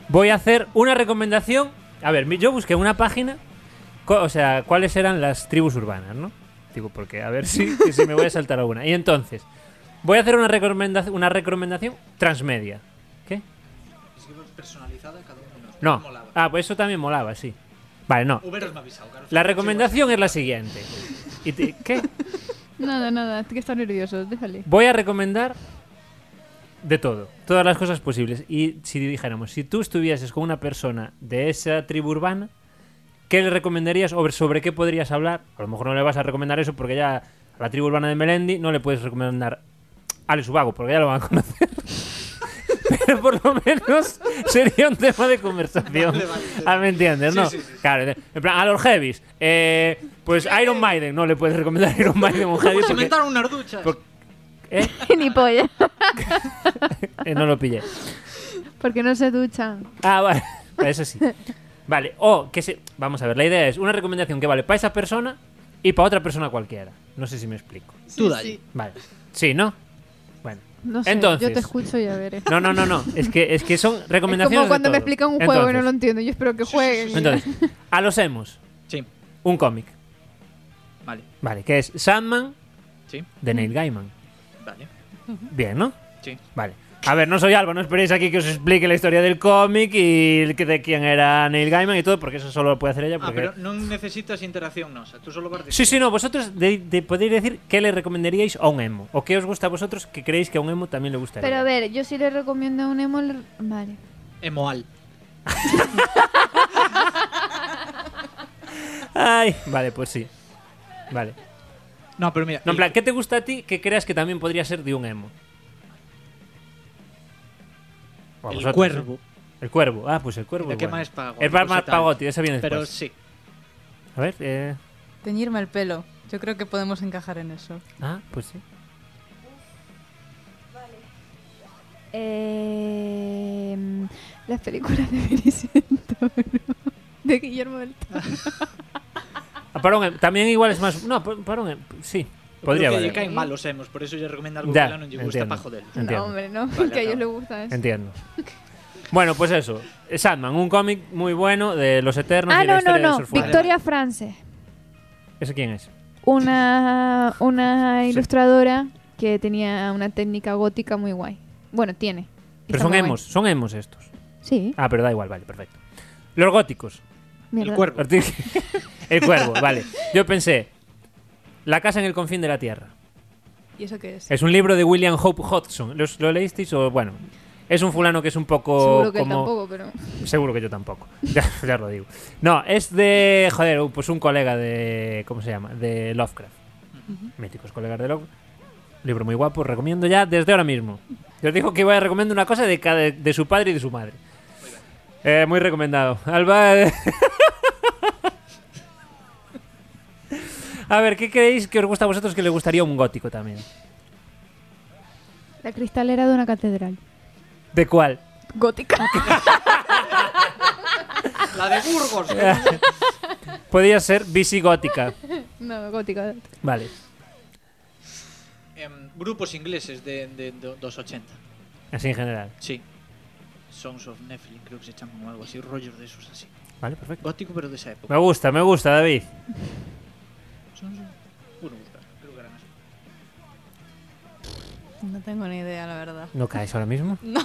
S1: voy a hacer una recomendación. A ver, mi- yo busqué una página, co- o sea, cuáles eran las tribus urbanas, ¿no? Digo, porque a ver si, que si me voy a saltar alguna. Y entonces, voy a hacer una, recomenda- una recomendación transmedia. ¿Qué?
S2: Es que personalizada cada uno de nosotros.
S1: No.
S2: Molaba.
S1: Ah, pues eso también molaba, sí. Vale, no.
S2: Huberos me avisado Carlos.
S1: La recomendación es la siguiente. Y te- ¿Qué?
S3: Nada, nada, que está nervioso, déjale.
S1: Voy a recomendar de todo, todas las cosas posibles. Y si dijéramos, si tú estuvieses con una persona de esa tribu urbana, ¿qué le recomendarías o sobre qué podrías hablar? A lo mejor no le vas a recomendar eso porque ya a la tribu urbana de Melendi no le puedes recomendar Alex Ubago porque ya lo van a conocer. Pero por lo menos sería un tema de conversación.
S2: Vale, vale, sí.
S1: Ah, ¿me entiendes?
S2: Sí,
S1: no,
S2: sí, sí, sí.
S1: claro. En plan, a los heavies, eh, pues Iron Maiden, no le puedes recomendar Iron Maiden a un heavy.
S2: Se
S1: porque-
S2: inventaron unas duchas.
S1: por- ¿eh?
S3: Ni polla.
S1: Eh, no lo pillé.
S3: Porque no se duchan.
S1: Ah, vale. Eso sí. Vale, o que se. Vamos a ver, la idea es una recomendación que vale para esa persona y para otra persona cualquiera. No sé si me explico.
S2: Tú dale.
S1: Vale. Sí, ¿no? Bueno.
S3: No sé,
S1: Entonces.
S3: yo te escucho y a ver.
S1: No, no, no, no. Es que, es que son
S3: Es
S1: recomendaciones.
S3: como
S1: de
S3: cuando me
S1: todo.
S3: explican un juego y no
S1: Entonces-
S3: lo entiendo. Yo espero que jueguen.
S1: Entonces, a los hemos,
S2: Sí,
S1: un cómic.
S2: vale,
S1: Vale, que es Sandman
S2: sí,
S1: de Neil Gaiman.
S2: vale,
S1: Bien, ¿no?
S2: sí.
S1: Vale. A ver, no soy Alba, no esperéis aquí que os explique la historia del cómic y el que- de quién era Neil Gaiman y todo, porque eso solo lo puede hacer ella.
S2: Ah,
S1: Porque...
S2: pero no necesitas interacción, no. O sea, tú solo vas
S1: Sí, sí, no, vosotros de- de- podéis decir qué le recomendaríais a un emo. O qué os gusta a vosotros que creéis que a un emo también le gustaría.
S3: Pero a ver, yo sí le recomiendo a un emo. le- Vale.
S2: Emoal.
S1: Ay, vale, pues sí. Vale.
S2: No, pero mira.
S1: No, en
S2: y-
S1: plan, ¿qué te gusta a ti que creas que también podría ser de un emo? O a
S2: el
S1: vosotros,
S2: cuervo.
S1: ¿eh? El cuervo. Ah, pues el cuervo.
S2: La
S1: es
S2: que
S1: bueno.
S2: más pago. pues
S1: El bar más pagote, esa viene
S2: Pero
S1: después.
S2: sí.
S1: A ver, eh...
S4: Teñirme el pelo. Yo creo que podemos encajar en eso.
S1: Ah, pues sí.
S3: Eh, las películas de Vincent Toro. De Guillermo del Toro.
S1: Ah, para un em- También igual es más... No, pa- para un em- Sí, podría
S2: Creo que
S1: valer.
S2: caen mal los hemos, por eso yo recomiendo algo
S1: Ya,
S2: que no le gusta
S1: entiendo.
S2: para joder.
S1: Entiendo.
S3: No, hombre, no.
S2: Vale,
S3: que a ellos
S2: acabo.
S3: les gusta eso.
S1: Entiendo. Bueno, pues eso. Sandman, un cómic muy bueno de los Eternos
S3: ah,
S1: y la
S3: no, no,
S1: historia de
S3: no.
S1: Surf Rider.
S3: Victoria France.
S1: ¿Ese quién es?
S3: Una, una
S1: Sí.
S3: ilustradora que tenía una técnica gótica muy guay. Bueno, tiene. Y
S1: Pero
S3: está
S1: son
S3: muy guay.
S1: emos, son emos estos.
S3: Sí,
S1: Ah, pero da igual, vale, perfecto. Los góticos.
S2: El
S3: mierda.
S2: cuervo.
S1: Ortiz- El cuervo, vale. Yo pensé, La casa en el confín de la tierra.
S4: ¿Y eso qué es?
S1: Es un libro de William Hope Hodgson. ¿Los- ¿Lo leísteis o bueno? Es un fulano que es un poco
S3: Seguro que él
S1: como...
S3: tampoco, pero.
S1: Seguro que yo tampoco. Ya, ya lo digo. No, es de. Joder, pues un colega de. ¿Cómo se llama? De Lovecraft. Míticos colegas de Lovecraft. Libro muy guapo, recomiendo ya desde ahora mismo. Yo os digo que voy a recomendar una cosa de, cada, de su padre y de su madre. Eh, muy recomendado. Alba. eh. A ver, ¿qué creéis que os gusta a vosotros que le gustaría a un gótico también?
S3: La cristalera de una catedral.
S1: ¿De cuál?
S3: Gótica.
S2: La de Burgos.
S1: Podría ser visigótica.
S3: no, gótica.
S1: Vale.
S2: Em, grupos ingleses de, de, do- dos 80.
S1: Así en general.
S2: Sí. Sons of Nephilim, creo que se llaman o algo así. Rollos de esos así.
S1: Vale, perfecto.
S2: Gótico, pero de esa época.
S1: Me gusta, me gusta, David.
S2: Sons of- Bueno, buscar, creo que eran así.
S4: No tengo ni idea, la verdad.
S1: ¿No caes ahora mismo? No.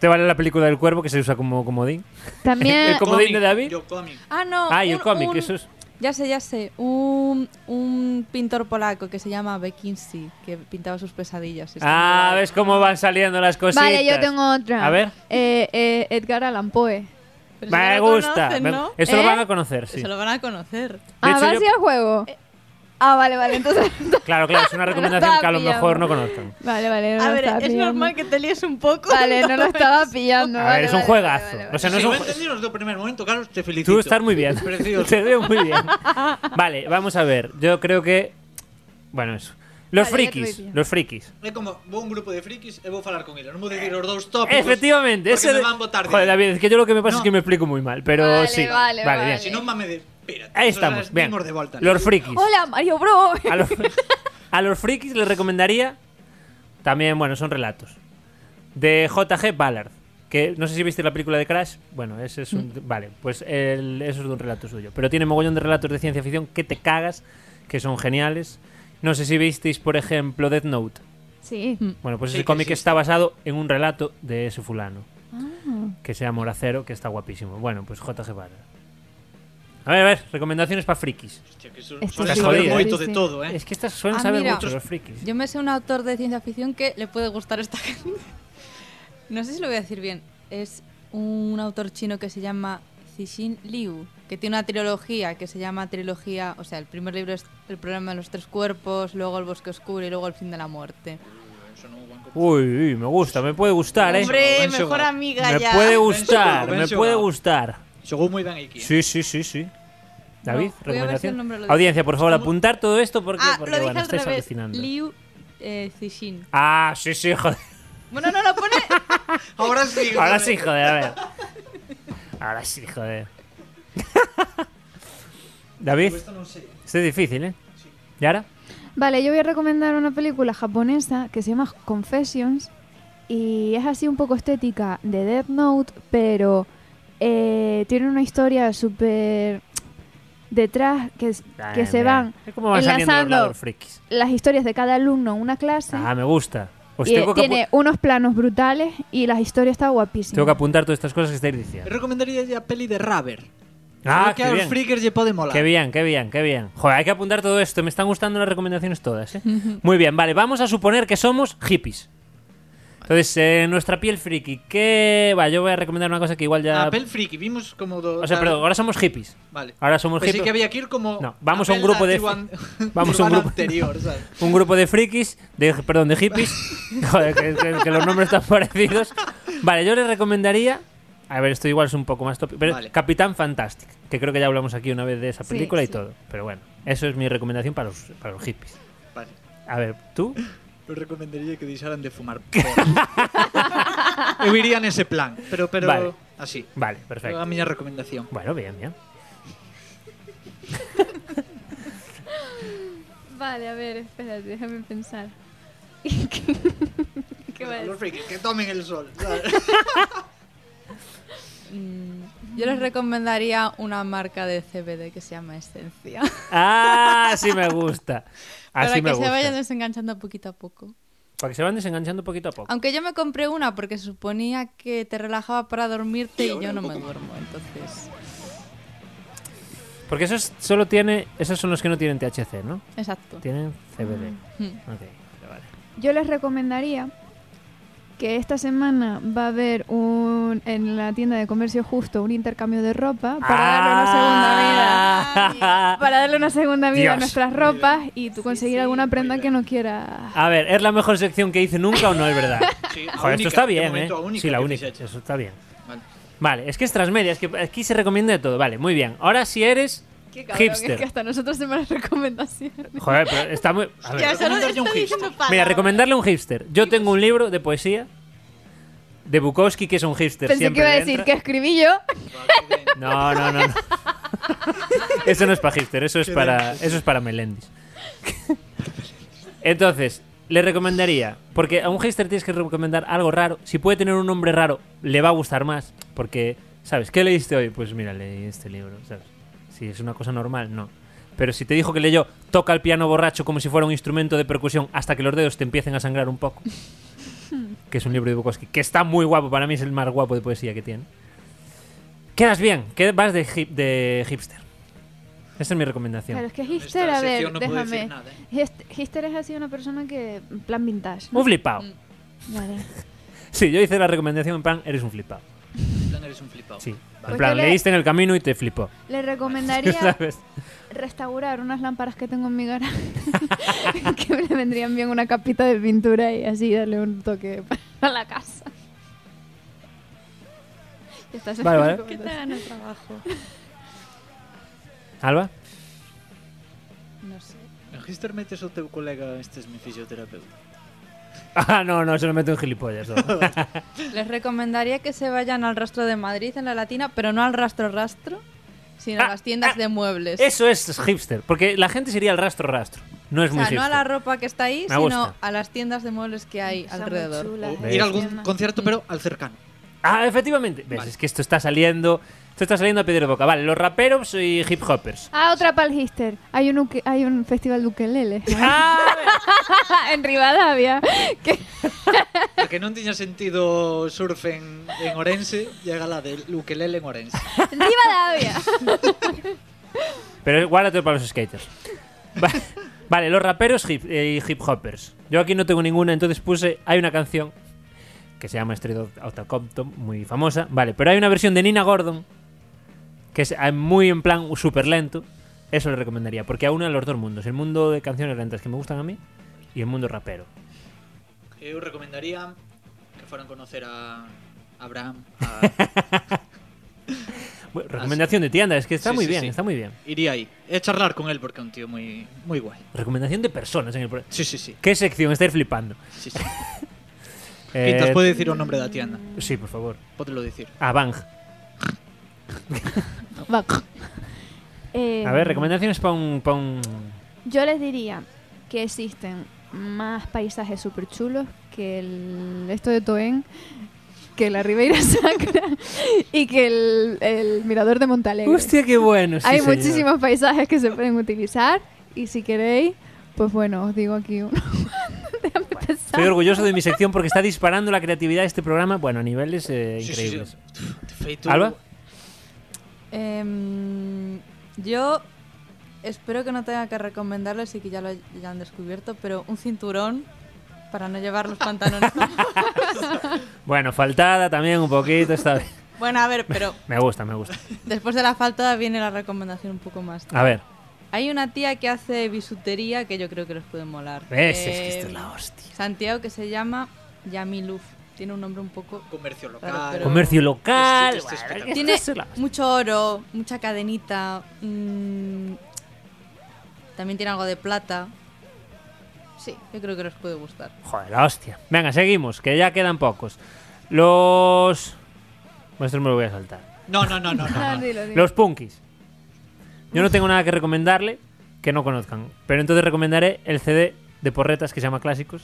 S1: ¿Te vale la película del cuervo que se usa como comodín?
S3: También.
S1: El co- comodín de
S2: Cómic,
S1: David.
S2: Yo cómic.
S4: Ah, no.
S1: Ah, y el
S4: un-
S1: cómic,
S4: un-
S1: eso es.
S4: Ya sé, ya sé. Un, un pintor polaco que se llama Bekinski, que pintaba sus pesadillas. Está muy
S1: Ah,
S4: guay.
S1: ves cómo van saliendo las cositas.
S3: Vale, yo tengo otra.
S1: A ver.
S3: Eh, eh, Edgar Allan Poe.
S4: Pero si
S1: Me
S4: no lo
S1: gusta.
S4: conocen,
S1: me-
S4: ¿no? Pues
S1: Eso lo
S3: ¿Eh?
S1: van a conocer, sí.
S4: Se lo van a conocer.
S1: De
S3: Ah,
S1: hecho,
S3: ¿va
S1: yo-
S3: así al juego? Ah, vale, vale, entonces.
S1: Claro, claro, es una recomendación
S3: estaba
S1: que a lo
S3: pillando.
S1: mejor no conozcan.
S3: Vale, vale, no
S4: a
S3: lo
S4: ver,
S3: estaba
S4: es
S3: pillando.
S4: normal que te líes un poco.
S3: Vale, no lo estaba pillando.
S1: A ver,
S3: vale,
S1: es un
S3: vale,
S1: juegazo.
S3: vale, vale,
S1: O sea, no
S2: si
S1: es
S2: lo
S1: un.
S2: entendí desde el primer momento, Carlos, te felicito.
S1: Tú estás muy bien.
S2: Precioso.
S1: Te veo muy bien. Vale, vamos a ver. Yo creo que. Bueno, eso. Los
S3: Vale, ya te voy
S1: frikis.
S3: pillando.
S1: Los frikis.
S2: É como, vou a un grupo de frikis e vou falar con eles. Non vou decir os dous tópicos.
S1: Efectivamente,
S2: pues,
S1: ese.
S2: porque me
S1: de-
S2: van botar de
S1: Joder,
S2: ahí.
S1: David, es que yo lo que me pasa es
S2: No.
S1: que me explico muy mal, pero
S3: Vale,
S1: sí.
S3: vale,
S1: bien.
S3: vale.
S2: Si non, mame de... Espera,
S1: Ahí estamos, bien.
S2: Dimos de volta.
S1: Los frikis.
S3: Hola, Mario Bro.
S1: A los, a los frikis les recomendaría. También, bueno, son relatos. De J.G. Ballard. Que no sé si viste la película de Crash. Bueno, ese es
S2: Mm.
S1: un. Vale, pues el- eso es de un relato suyo. Pero tiene mogollón de relatos de ciencia ficción que te cagas, que son geniales. No sé si visteis, por ejemplo, Death Note.
S3: Sí.
S1: Bueno, pues
S2: Sí, Ah.
S1: ese
S2: que
S1: cómic
S2: existe.
S1: está basado en un relato de ese fulano. Que se llama Horacero, que está guapísimo. Bueno, pues J.G. Ballard. A ver, a ver, recomendaciones para frikis.
S2: Hostia, que su,
S3: Estás
S2: suelen saber
S1: jodido, eh.
S2: moito de
S3: Sí, sí.
S2: todo, eh.
S1: Es que estas suelen
S4: Ah,
S1: saber
S4: mira.
S1: mucho los frikis.
S4: Yo me sé un autor de ciencia ficción que le puede gustar a esta gente. No sé si lo voy a decir bien. Es un autor chino que se llama Cixin Liu, que tiene una trilogía que se llama trilogía, o sea, el primer libro es El problema de los tres cuerpos, luego El bosque oscuro y luego El fin de la muerte.
S2: Eso no, Juanco.
S1: Uy, uy, me gusta, me puede gustar, ¿eh?
S2: Hombre,
S7: Hombre,
S2: Benzo,
S7: mejor
S2: Benzo.
S7: amiga
S1: Me
S7: ya.
S1: puede gustar, me
S2: Benzo.
S1: puede gustar.
S2: Según muy bien aquí. ¿eh?
S1: Sí, sí, sí, sí. David,
S4: No, voy a ver si el nombre
S1: recomendación.
S4: lo dice.
S1: Audiencia, por favor, apuntar todo esto porque,
S4: ah,
S1: porque,
S4: lo
S1: bueno,
S4: dije al
S1: estáis
S4: revés.
S1: alucinando.
S4: Liu eh, Cixin.
S1: Ah, sí, sí, joder.
S4: Bueno, no lo pone.
S2: Ahora sí.
S1: Ahora
S2: joder.
S1: sí, joder, a ver. Ahora sí, joder. David,
S2: Esto no sé.
S1: esto es difícil, ¿eh? ¿Y ahora?
S3: Vale, yo voy a recomendar una película japonesa que se llama Confessions y es así un poco estética de Death Note, pero eh, tiene una historia súper detrás que, es-
S1: Ah,
S3: que se van
S1: ¿Cómo van saliendo los
S3: enlazando.
S1: lados frikis?
S3: las historias de cada alumno en una clase.
S1: Ah, me gusta. Os
S3: y eh,
S1: tengo que, apu-
S3: tiene unos planos brutales y la historia está guapísima.
S1: tengo que apuntar todas estas cosas que estáis
S2: Yo
S1: diciendo.
S2: Recomendaría ya peli de Raver.
S1: Ah,
S2: Creo que
S1: qué
S2: a los
S1: bien.
S2: freakers ya puede molar.
S1: Qué bien, qué bien, qué bien. Joder, hay que apuntar todo esto. Me están gustando las recomendaciones todas. ¿eh? Muy bien, vale. Vamos a suponer que somos hippies. Entonces, eh, nuestra piel friki. ¿Qué? Va, yo voy a recomendar una cosa que igual ya.
S2: Ah, pel friki, vimos como dos.
S1: O sea, perdón, ahora somos hippies.
S2: Vale.
S1: Ahora somos
S2: Pensé
S1: hippies.
S2: Pues que había que ir como.
S1: No, vamos a un grupo de- vamos
S2: vamos
S1: a un grupo-
S2: anterior, ¿sabes?
S1: Un grupo de frikis, de, perdón, de hippies. Joder, que, que- que los nombres están parecidos. Vale, yo les recomendaría. A ver, esto igual es un poco más top. Pero
S2: Vale.
S1: Capitán Fantastic, que creo que ya hablamos aquí una vez de esa
S3: Sí,
S1: película y
S3: sí.
S1: todo. Pero bueno, eso es mi recomendación para los, para los hippies.
S2: Vale.
S1: A ver, tú.
S2: Yo recomendaría que dejaran de fumar. porro. Yo iría en ese plan, pero, pero
S1: Vale.
S2: así.
S1: Vale,
S2: Perfecto.
S1: perfecto.
S2: A mi recomendación.
S1: Bueno, bien, bien.
S3: Vale, a ver, espérate, déjame pensar. ¿Qué va a
S2: Los
S3: decir?
S2: frikis, que tomen el sol. ¿sabes?
S4: Mm, Yo les recomendaría una marca de CBD que se llama Esencia.
S1: Ah, sí me gusta.
S4: para
S1: Así
S4: que
S1: me gusta.
S4: se vayan desenganchando poquito a poco.
S1: Para que se van desenganchando poquito a poco.
S4: Aunque yo me compré una porque suponía que te relajaba para dormirte
S6: Y
S4: y
S6: ahora
S4: yo no
S6: un
S4: me
S6: poco más.
S4: duermo, entonces...
S1: Porque esos solo tiene, esos son los que no tienen THC, ¿no?
S4: Exacto.
S1: Tienen CBD.
S4: Mm.
S1: Ok, vale, vale.
S3: Yo les recomendaría que esta semana va a haber un, en la tienda de comercio justo un intercambio de ropa para darle una segunda vida.
S1: vida.
S3: Para darle una segunda vida
S1: Dios.
S3: a nuestras ropas y tú conseguir alguna prenda que no quieras.
S1: A ver, ¿es la mejor sección que hice nunca o no es verdad?
S2: Sí, a
S1: Joder,
S2: única,
S1: esto está
S2: de
S1: bien, ¿eh?
S2: momento a única
S1: sí, la
S2: que
S1: única.
S2: se echa.
S1: Eso está bien.
S2: Vale.
S1: Vale, es que es transmedia, es que aquí se recomienda de todo. Vale, muy bien. Ahora si eres
S3: Qué cabrón,
S1: hipster.
S3: es que hasta nosotros hacemos las recomendaciones.
S1: Joder, pero está muy. a ver.
S7: Ya solo
S2: recomendarle
S7: está
S2: un hipster.
S7: diciendo palabras.
S1: Mira, recomendarle a un hipster. Yo tengo un libro de poesía de Bukowski que es un hipster.
S3: Pensé que
S1: siempre
S3: iba a
S1: le
S3: decir
S1: entra.
S3: que escribí yo.
S2: Vale, bien.
S1: No, no, no. no. eso no es para hipster, eso es
S2: Qué
S1: para,
S2: denso.
S1: eso es para Melendis. Entonces, le recomendaría, porque a un hipster tienes que recomendar algo raro. Si puede tener un nombre raro, le va a gustar más. Porque, ¿sabes? ¿Qué leíste hoy? Pues mira, leí este libro, ¿sabes? Si es una cosa normal, no. Pero si te dijo que leyó Toca el piano borracho como si fuera un instrumento de percusión hasta que los dedos te empiecen a sangrar un poco, que es un libro de Bukowski, que está muy guapo, para mí es el más guapo de poesía que tiene. Quedas bien, que vas de, hip- de hipster. Esa es mi recomendación.
S3: Claro, es que
S2: Con esta
S3: hipster, a ver,
S2: sección no puedo decir
S3: déjame.
S2: nada, ¿eh?
S3: Hist- Hipster es así una persona que, en plan vintage. ¿no?
S1: Un flipado.
S3: Vale.
S1: Sí, yo hice la recomendación en plan, eres un flipado.
S2: En plan, eres un flipado.
S1: Sí.
S3: Pues
S1: en plan,
S3: yo le-
S1: leíste en el camino y te flipó.
S3: Le recomendaría
S1: ¿Sabes?
S3: restaurar unas lámparas que tengo en mi garaje que me vendrían bien una capita de pintura y así darle un toque para la casa. Ya está, esa
S1: Vale,
S3: es mi
S1: vale.
S4: ¿Qué
S3: recomendación.
S4: tal en el trabajo?
S1: Alba,
S4: No sé.
S2: En Hister metes o teu colega, este es mi fisioterapeuta.
S1: Ah, no, no, se lo meto en gilipollas. todo.
S4: Les recomendaría que se vayan al rastro de Madrid en la Latina, pero no al rastro rastro, sino
S1: Ah,
S4: a las tiendas
S1: ah,
S4: de muebles.
S1: Eso es hipster, porque la gente sería el rastro rastro. No es
S4: o
S1: muy
S4: sea, no a la
S1: hipster.
S4: ropa que está ahí,
S1: Me
S4: sino
S1: gusta.
S4: a las tiendas de muebles que hay
S3: Está muy
S4: alrededor.
S3: chula,
S1: O
S3: ¿eh?
S2: Ir
S4: este
S2: a algún
S3: Encima.
S2: concierto, pero al cercano.
S1: Ah, efectivamente. Ves,
S2: Vale.
S1: es que esto está saliendo. Esto está saliendo a pedir boca. Vale, los raperos y hip hoppers.
S3: Ah, otra para el Hister. Hay un, uke- hay un festival de ukelele
S1: Ah,
S3: en Rivadavia.
S2: A que non tiña sentido surf en, en Orense, llega la de Luquelele en Orense.
S3: ¡En Rivadavia!
S1: Pero guárdate para los skaters. Va- Vale, los raperos hip- eh, y hip hoppers. Yo aquí no tengo ninguna, entonces puse. Hay una canción que se llama Street of- of the Compton, muy famosa. Vale, pero hay una versión de Nina Gordon que es eh, muy en plan súper lento. Eso le recomendaría, porque aúna los dos mundos: el mundo de canciones lentas que me gustan a mí y el mundo rapero.
S2: Eu recomendaría que fueran conocer a Abraham. a-
S1: Bueno, recomendación de tienda, es que está
S2: Ah, Sí,
S1: muy
S2: sí,
S1: bien,
S2: sí.
S1: está muy bien.
S2: Iría ahí. He charlar con él porque es un tío muy, muy guay.
S1: Recomendación de personas en el pro-
S2: Sí, sí, sí.
S1: ¿Qué sección? Estáis flipando.
S2: sí, sí.
S1: Eh,
S2: Quintas, ¿puede decir el nombre de la tienda?
S1: Sí, por favor. Ah,
S2: Pótelo decir.
S1: Avang.
S3: Va. Eh,
S1: A ver, recomendaciones para un, pa' un-
S3: Yo les diría que existen más paisajes súper chulos que el esto de Toen, que la Ribeira Sacra y que el, el mirador de Montalegre.
S1: Hostia, qué bueno. sí,
S3: Hay
S1: señor.
S3: muchísimos paisajes que se pueden utilizar y si queréis, pues bueno, os digo aquí uno. Déjame pensar.
S1: Estoy orgulloso de mi sección porque está disparando la creatividad de este programa, bueno, a niveles eh,
S2: Sí, sí, sí.
S1: increíbles.
S2: Feito.
S1: ¿Alba?
S4: Em, yo espero que no tenga que recomendarles y que ya lo hayan descubierto, pero un cinturón para no llevar los pantalones.
S1: Bueno, faltada también un poquito esta vez.
S4: bueno, a ver, pero
S1: Me gusta, me gusta.
S4: después de la falta viene la recomendación un poco más.
S1: A ver,
S4: Hay una tía que hace bisutería que yo creo que les puede molar.
S1: ves, es que
S4: Eh,
S1: este esto es la hostia.
S4: Santiago que se llama Yamiluf. Tiene un nombre un poco...
S2: Comercio
S4: Claro,
S2: local.
S4: pero-
S1: Comercio local.
S2: Esto- esto es
S1: bueno,
S2: espectacular.
S1: esto
S4: Tiene
S1: es la hostia.
S4: mucho oro, mucha cadenita. mm, también tiene algo de plata. Sí, yo creo que les puede gustar.
S1: Joder, la hostia. Venga, seguimos, que ya quedan pocos. Los... Bueno, estos me lo voy a saltar.
S2: No, no, no, no. no,
S3: Ah,
S2: no.
S3: dilo, dilo.
S1: Los punkis. Yo no tengo nada que recomendarle que no conozcan. Pero entonces recomendaré el CD de porretas que se llama Clásicos,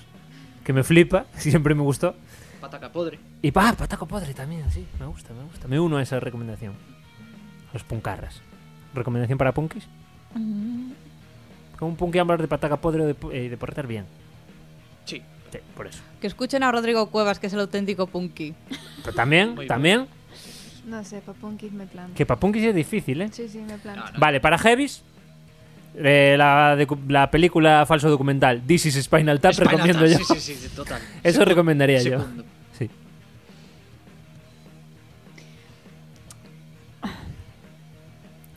S1: que me flipa, siempre me gustó.
S2: Pataca podre.
S1: Y pa, ah, pataco podre también, sí, me gusta, me gusta. Me uno a esa recomendación. Los puncarras. ¿Recomendación para punkis? Con un punky hablar de pataca podre o de, pu- eh, de porretas bien.
S2: Sí.
S1: Sí, por eso.
S4: Que escuchen a Rodrigo Cuevas, que es el auténtico punky.
S1: Pero también,
S2: Muy
S1: también,
S3: No sé, Papunkis me plan.
S1: que para punkis es difícil, ¿eh?
S3: Sí, sí, me plan.
S2: No, no.
S1: Vale, para heavies, eh, la, docu- la película falso documental This is Spinal Tap,
S2: Spinal Tap,
S1: recomiendo yo.
S2: Sí, sí, sí, sí, total.
S1: Eso recomendaría yo.
S2: Segundo.
S1: Sí.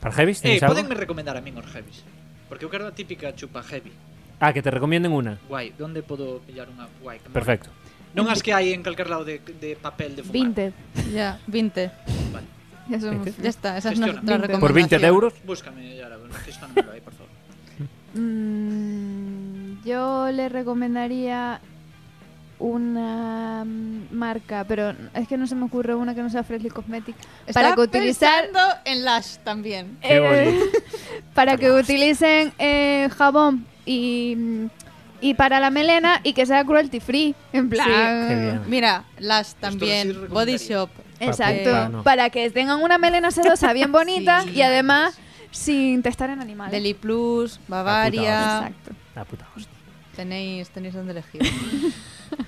S1: ¿Para heavies?
S2: Eh,
S1: ¿Tenéis algo?
S2: podenme recomendar a mí os heavies. Porque eu quero a típica chupa heavy.
S1: Ah, que te recomienden una.
S2: Guai, donde podo pillar unha guai? que mola?
S1: Perfecto.
S2: Non as que hai en calquer lado de, de papel de fumar.
S3: Vinted.
S4: Ya, 20.
S2: Vale.
S3: Ya somos-
S1: ¿Viste?
S4: Ya está, esa es
S2: Gestiona.
S4: nuestra recomendación.
S1: Por 20 de euros.
S2: Búscame, Yara, gestiónamelo aí, por favor.
S3: Mm, yo le recomendaría una mm, marca, pero es que no se me ocurre una que no sea Freshly Cosmetics. Para que utilizar.
S4: pensando en Lash también.
S1: Qué
S3: eh,
S1: bonito.
S3: para que utilicen eh, jabón y, mm, y para la melena y que sea cruelty free. En
S1: Qué
S3: plan.
S1: bien.
S4: Mira, Lash
S2: sí
S4: también,
S2: recomendaría.
S4: Body Shop.
S3: Exacto.
S1: Pa- pa- no.
S3: Para que tengan una melena sedosa bien bonita
S4: Sí.
S3: y además sin testar en animales.
S4: Deli Plus,
S1: La
S4: Bavaria,
S3: Exacto.
S1: La puta hostia.
S4: tenéis, tenéis donde elegir.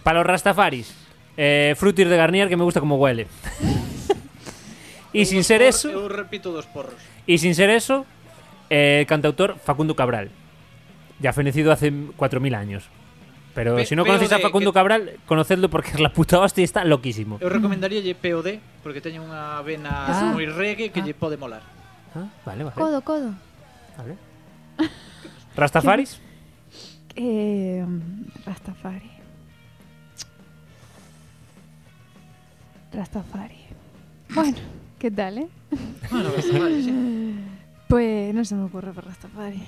S1: Para los rastafaris, eh, Fruitir de Garnier, que me gusta como huele. y sin ser eso.
S2: Eu repito dos porros.
S1: Y sin ser eso, eh, el cantautor Facundo Cabral. Ya fenecido hace 4.000 años. Pero
S2: Pe-
S1: si no
S2: pero
S1: conocéis a
S2: de
S1: Facundo
S2: que-
S1: Cabral, conocedlo porque es la puta hostia y está loquísimo.
S2: Eu recomendaría lle POD, porque teñe unha vena
S1: Ah.
S2: moi reggae que lle pode molar.
S1: Ah, vale, vale.
S3: Codo, codo.
S1: vale. Rastafaris,
S3: Eh, Rastafari. Rastafari. Bueno, ¿qué tal, eh?
S2: Bueno, vale, sí.
S3: Pues no se me ocurre por Rastafari.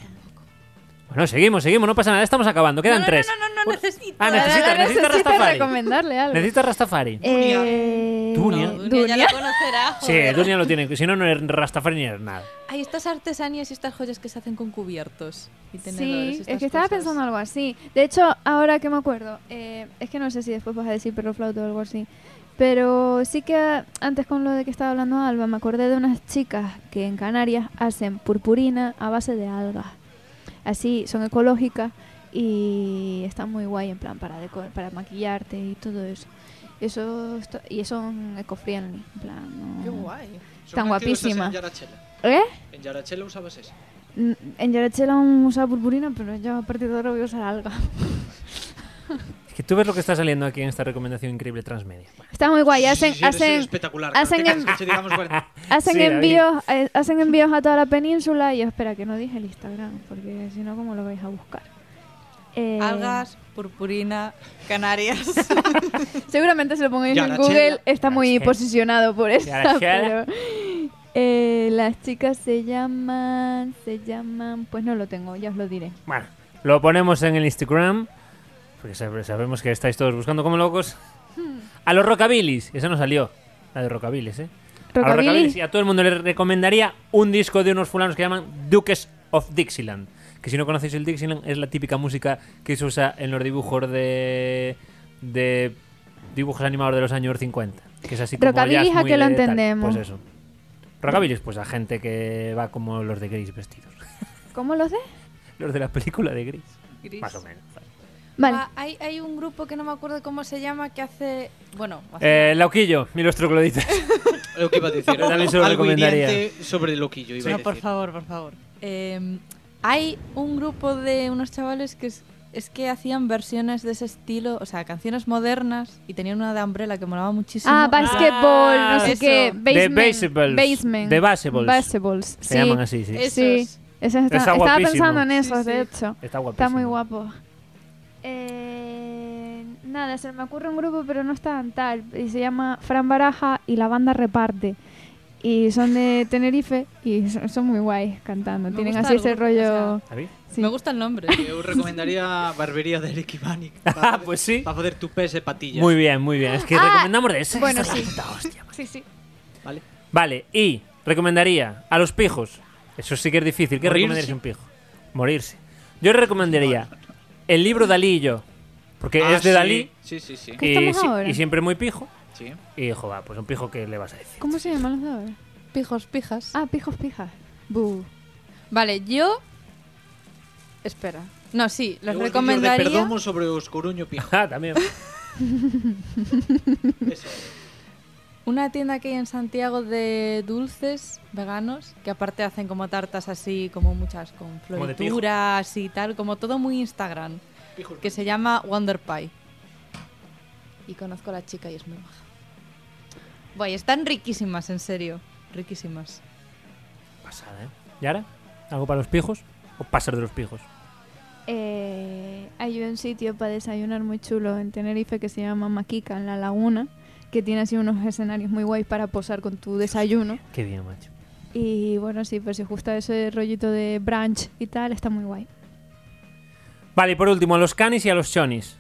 S1: Bueno, seguimos, seguimos, no pasa nada, estamos acabando, quedan
S4: no,
S1: tres.
S4: No, no, no, no, necesito.
S1: Ah, necesitas, necesitas
S3: Ahora necesito
S1: Rastafari.
S3: recomendarle algo.
S1: Necesitas Rastafari.
S3: Eh,
S1: Dunia.
S4: No, Dunia ya la conocerá.
S1: Sí,
S4: joder.
S1: Dunia lo tiene, si no, no es Rastafari ni es nada.
S4: Hay estas artesanías y estas joyas que se hacen con cubiertos y tenedores.
S3: Sí,
S4: estas
S3: es que estaba
S4: cosas.
S3: pensando algo así. De hecho, ahora que me acuerdo, eh, es que no sé si después vas a decir perro flauta o algo así. Pero sí que antes con lo de que estaba hablando Alba, me acordé de unas chicas que en Canarias hacen purpurina a base de algas. Así, son ecológicas y están muy guay en plan para, deco- para maquillarte y todo eso. Eso esto- y son eco-friendly, en plan. no-
S4: Qué guay.
S2: Son
S3: Tan
S2: aquelas que usas
S3: guapísima.
S2: En Yarachela.
S3: ¿Eh?
S2: En Yarachela usabas esa.
S3: N- En Yarachela aún usaba purpurina, pero yo a partir de ahora voy a usar alga.
S1: Es Que tú ves lo que está saliendo aquí en esta recomendación increíble transmedia.
S3: Está muy guay.
S2: Sí,
S3: Hacen,
S2: sí, sí, eres
S3: hacen,
S2: espectacular.
S3: hacen
S2: Carte,
S3: en-
S2: que digamos, bueno,
S3: hacen,
S1: Sí, David.
S3: envíos, eh, hacen envíos a toda la península. Y espera, que no dije el Instagram, porque si no, ¿cómo lo vais a buscar? Eh,
S4: Algas, purpurina, Canarias.
S3: Seguramente si lo pongáis en
S2: Yarachela.
S3: Google está muy
S1: Yarachela.
S3: posicionado por eso.
S1: Yarachela.
S3: Pero, eh, las chicas se llaman, se llaman, pues no lo tengo, ya os lo diré.
S1: Bueno, lo ponemos en el Instagram. Porque sab- sabemos que estáis todos buscando como locos. A los rockabilis. Eso no salió. La de rockabilis, ¿eh? A los rockabilis. Y
S3: Rockabilly.
S1: a todo el mundo le recomendaría un disco de unos fulanos que llaman Dukes of Dixieland. Que si no conocéis el Dixieland, es la típica música que se usa en los dibujos de. de dibujos animados de los años 50. Que es así como
S3: Rockabilis,
S1: jazz
S3: ¿a
S1: muy
S3: qué lo
S1: de tal.
S3: entendemos?
S1: Pues eso. Rockabilis, pues a gente que va como los de Gris vestidos.
S3: ¿Cómo lo sé?
S1: Los de la película de Gris.
S4: Gris.
S1: Más o menos.
S3: Vale.
S4: Ah, hay, hay un grupo que no me acuerdo cómo se llama que hace. Bueno, hace-
S1: Eh, Lauquillo y los trogloditas.
S2: lo que iba a decir.
S1: Yo también se lo
S2: algo
S1: recomendaría.
S2: hiriente sobre Loquillo, iba a
S4: No,
S2: decir.
S4: por favor, por favor. Eh, hay un grupo de unos chavales que es, es que hacían versiones de ese estilo, o sea, canciones modernas y tenían una de Umbrella que molaba muchísimo.
S3: Ah, basketball, no sé
S4: Ah, eso.
S3: qué.
S1: The
S3: Basement.
S1: Baseballs.
S3: Basement.
S1: The Baseballs.
S3: Baseballs,
S1: Se
S3: sí.
S1: llaman así, sí.
S4: Es-
S3: Sí.
S4: Esos.
S3: Esos están-
S1: Está
S3: estaba
S1: guapísimo.
S3: pensando en esos,
S4: Sí,
S3: de
S4: sí.
S3: hecho.
S1: Está guapísimo.
S3: Está muy guapo. Eh, nada, se me ocurre un grupo, pero no es tan tal. Y se llama Fran Baraja y la banda Reparte. Y son de Tenerife y son, son muy guays cantando.
S4: Me
S3: Tienen
S4: gusta
S3: así
S4: el
S3: ese
S4: grupo,
S3: rollo.
S4: o
S1: ¿Sabéis?
S3: sí.
S4: Me gusta el nombre.
S2: Eh, Eu recomendaría Barbería de Eric Ivanic.
S1: Ah, pues sí.
S2: Para poder tu pés e patillas.
S1: Muy bien, muy bien. Es que
S3: Ah,
S1: recomendamos de eso.
S3: bueno,
S1: Esa
S3: sí.
S1: puta hostia.
S3: Sí, sí.
S2: Vale.
S1: Vale, y recomendaría a los pijos. Eso sí que es difícil. ¿Qué
S2: Morirse.
S1: recomendarías a un pijo? Morirse. Yo le recomendaría el libro Dalí y yo. Porque
S2: Ah,
S1: es de
S2: sí,
S1: Dalí.
S2: Sí, sí, sí.
S3: ¿Qué
S1: Y,
S3: estamos
S1: si-
S3: ahora?
S1: y siempre muy pijo.
S2: sí.
S1: Y joder, pues un pijo que le vas a decir.
S3: ¿Cómo se llaman los de ahora?
S4: Pijos, pijas.
S3: Ah, pijos, pijas. Bu.
S4: Vale, yo. Espera. No, sí, los
S2: Eu os
S4: recomendaría.
S2: vídeos de perdomo sobre os coruño pijo.
S1: Ah, también.
S2: Eso.
S4: Una tienda que hay en Santiago de dulces veganos, que aparte hacen como tartas así, como muchas con
S1: Como de pijo.
S4: florituras y tal, como todo muy Instagram,
S2: Pijos.
S4: que se llama Wonder Pie. Y conozco a la chica y es muy baja. Guay, están riquísimas, en serio. Riquísimas.
S1: Pasada, ¿eh? ¿Y ahora? ¿Algo para los pijos? ¿O pasar de los pijos?
S3: Eh, hay un sitio para desayunar muy chulo en Tenerife que se llama Maquica, en la laguna, que tiene así unos escenarios muy guays para posar con tu desayuno.
S1: Qué bien, macho.
S3: Y bueno, sí, pero si os gusta ese rollito de brunch y tal, está muy guay.
S1: Vale, y por último, a los canis y a los chonis.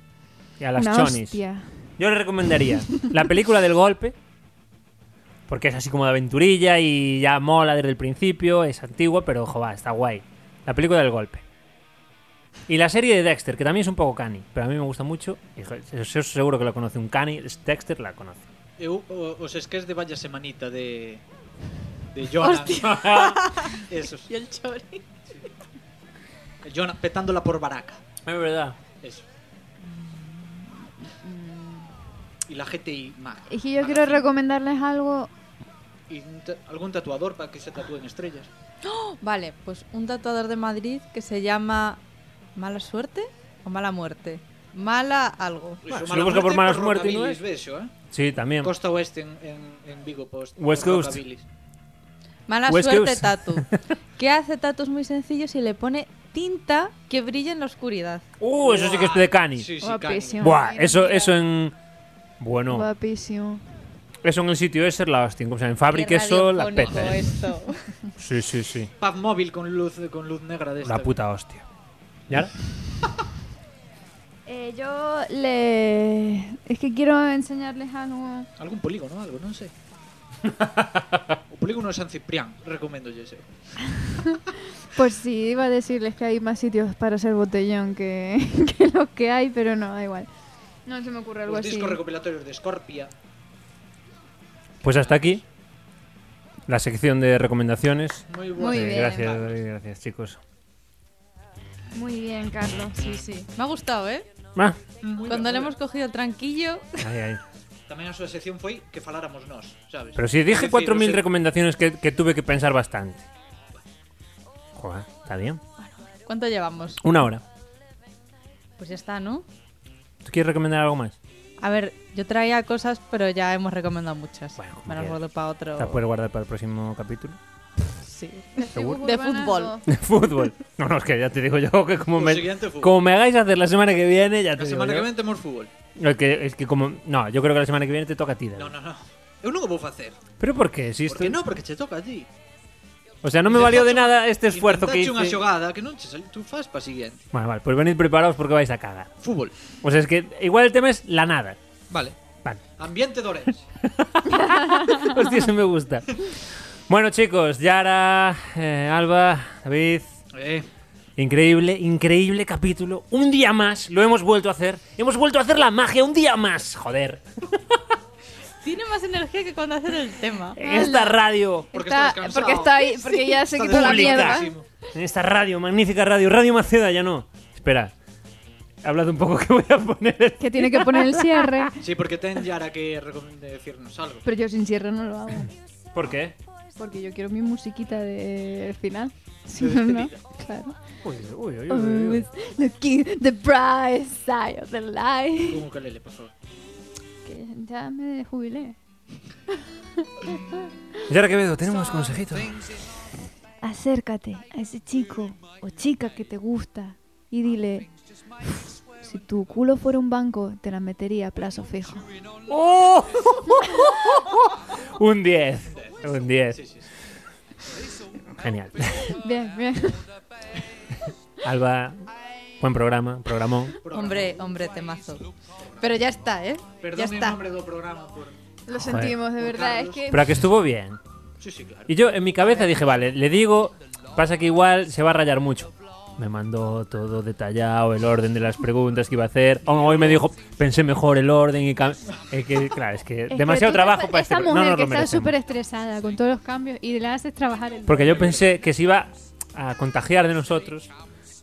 S1: Y a las
S3: Una
S1: chonis.
S3: hostia.
S1: Yo le recomendaría la película del golpe, porque es así como de aventurilla y ya mola desde el principio, es antigua, pero ojo, va, está guay. La película del golpe. Y la serie de Dexter, que también es un poco cani, pero a mí me gusta mucho. y, joder, eso seguro que la conoce un cani, es Dexter la conoce.
S2: Eu, o- os esqués de Valla Semanita de... De Jonah. Esos.
S4: Y el chori.
S2: Jonah petándola por baraca.
S1: Es verdad.
S2: Eso.
S4: Mm.
S2: Y la GTI Mag.
S3: Y yo quiero
S2: Magazine.
S3: recomendarles algo.
S2: Y un ta- algún tatuador para que se tatúen estrellas.
S4: Vale, pues un tatuador de Madrid que se llama Mala Suerte o Mala Muerte. Mala algo.
S1: Bueno,
S2: Eso,
S1: si lo busca por malas muertes, ¿no
S2: rockabilis,
S1: es?
S2: ves, eso, ¿eh?
S1: Sí, también.
S2: Costa Oeste en, en, en Vigo Post.
S1: West
S2: por
S1: Coast.
S2: rockabilis.
S4: Mala
S1: West
S4: suerte,
S1: Coast.
S4: Tatu. Que hace tatus muy sencillos y le pone tinta que brilla en la oscuridad.
S1: Uh, eso sí que es de cani.
S2: Sí, sí,
S3: Guapísimo.
S1: Buah, eso, eso en. Bueno,
S3: Guapísimo.
S1: eso en el sitio ese es la hostia. O sea, en Fábrica
S4: Qué
S1: Sol, la
S4: radiofónico
S1: peta. ¿eh?
S4: esto.
S1: Sí, sí, sí.
S2: Cani. Pub móvil con luz, con luz negra de este. esta.
S1: Una puta hostia. ¿Y ahora?
S3: Eh, yo le. Es que quiero enseñarles algo.
S2: Algún polígono, algo, non sei. o polígono de San Ciprián, recomendo yo ese.
S3: Pues sí, iba a decirles que hay más sitios para hacer botellón que, que los que hay, pero no, da igual. No se me ocurre algo
S2: Os
S3: así.
S2: discos recopilatorios de Scorpia.
S1: Pues hasta aquí la sección de recomendaciones.
S2: Muy bueno.
S3: Muy
S1: Eh,
S3: bien.
S1: gracias, David, gracias, chicos.
S3: Muy bien, Carlos.
S4: Sí, sí. Me ha gustado, ¿eh?
S1: Ah,
S4: Cuando le hemos cogido el tranquillo.
S1: ahí, ahí.
S2: Tamén a súa sección foi que faláramos nós, sabes?
S1: Pero si dije
S2: Es
S1: 4.000
S2: decir, o sea,
S1: recomendaciones que, que tuve que pensar bastante. Joder, está bien.
S4: ¿Cuánto llevamos?
S1: Una hora.
S4: Pues ya está, ¿no?
S1: ¿Tú quieres recomendar algo más?
S4: A ver, yo traía cosas, pero ya hemos recomendado muchas.
S1: Bueno, como
S4: Me las
S1: quieras.
S4: guardo para otro.
S1: ¿Te las puedes guardar para el próximo capítulo?
S4: Sí.
S1: ¿Seguro?
S4: De fútbol.
S1: De fútbol. No, no, es que ya te digo yo que como
S2: Lo
S1: me,
S2: siguiente, fútbol.
S1: como me hagáis hacer la semana que viene, ya te
S2: La
S1: digo
S2: semana
S1: yo.
S2: que viene temos fútbol.
S1: No, es que, es que como... No, yo creo que la semana que viene te toca a ti. David.
S2: No, no, no. Eu non o vou facer.
S1: ¿Pero por qué? Si esto-
S2: Porque non, porque che toca a ti.
S1: O sea, no me valió de nada este esfuerzo que
S2: Inventache unha
S1: hice.
S2: xogada que non che sal... tú fas pa siguiente.
S1: Bueno, vale, pues venid preparados porque vais a cagar.
S2: Fútbol.
S1: O sea, Pues es que igual el tema es la nada.
S2: Vale.
S1: Vale.
S2: Ambiente de Orense.
S1: Hostia, eso me gusta. Bueno, chicos, Yara, eh, Alba, David,
S2: eh,
S1: increíble, increíble capítulo. Un día más, lo hemos vuelto a hacer. Hemos vuelto a hacer la magia, un día más, joder.
S4: Tiene más energía que cuando haces el tema.
S1: En esta radio,
S2: porque
S3: Está-
S2: está descansado.
S3: porque está ahí, porque ya se quitó la mierda.
S2: descansadísimo.
S1: en esta radio, magnífica radio, Radio Maceda, ya no. Espera, hablad un poco que voy a poner. el-
S3: Que tiene que poner el cierre.
S2: Sí, porque ten Yara que recomende decirnos algo.
S3: Pero yo sin cierre no lo hago.
S1: ¿Por qué?
S3: Porque yo quiero mi musiquita del final. Si no, no. Claro. Oh,
S1: Uy, uy, uy, uy, uy.
S3: Always looking the bright side of the light.
S2: Un ukelele, por favor.
S3: Que ya me jubilé.
S1: Yara Quevedo, tenemos consejitos.
S3: Acércate a ese chico o chica que te gusta y dile, si tu culo fuera un banco, te la metería a plazo fijo.
S1: ¡Oh! un 10. Un 10.
S2: Sí, sí, sí.
S1: Genial.
S3: Bien, bien.
S1: Alba, buen programa, programón.
S2: Programa.
S4: Hombre, hombre, temazo. Pero ya está, ¿eh?
S2: Perdón
S4: ya
S2: en
S4: está.
S2: nombre do programa por...
S3: Lo sentimos, de verdad. Es que
S1: Pero a que estuvo bien.
S2: Sí, sí, claro.
S1: Y yo en mi cabeza dije, vale, le digo, pasa que igual se va a rayar mucho. Me mandó todo detallado, el orden de las preguntas que iba a hacer. Aún hoy me dijo, pensé mejor el orden y... cam- Es que, claro, es que
S3: Es
S1: demasiado
S3: que tú
S1: trabajo
S3: esa-
S1: para
S3: esa
S1: este... pro-
S3: mujer
S1: no nos
S3: que
S1: lo
S3: está
S1: merecemos.
S3: súper estresada con todos los cambios y le haces trabajar el
S1: Porque yo pensé que se iba a contagiar de nosotros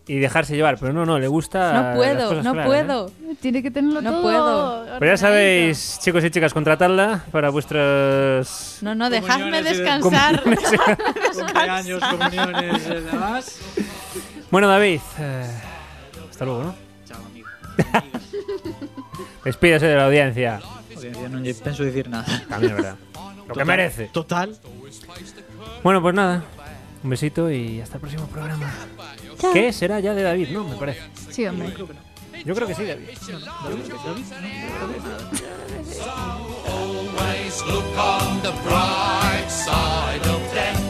S1: y dejarse llevar, pero no, no, le gusta...
S4: No
S1: las
S4: puedo,
S1: cosas
S4: no
S1: claro, ¿eh?
S4: puedo.
S3: tiene que tenerlo
S4: No
S3: todo
S4: puedo.
S1: Pero ya sabéis, chicos y chicas, contratarla para vuestras...
S4: No, no, dejadme
S2: Comuniones y-
S4: descansar.
S2: Cumpleaños, comuniones e demás.
S1: Bueno, David, eh, hasta luego, ¿no?
S2: Chao, amigo.
S1: Despídase de la audiencia.
S2: Joder, ya non lle penso dicir nada.
S1: También es verdad. Lo que merece.
S2: Total.
S1: Bueno, pues nada. Un besito y hasta el próximo programa. ¿Qué será ya de David? No, me parece.
S3: Sí, hombre.
S1: Yo creo que sí, David.
S7: always look on the bright side of death.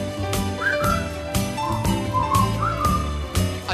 S7: Uh,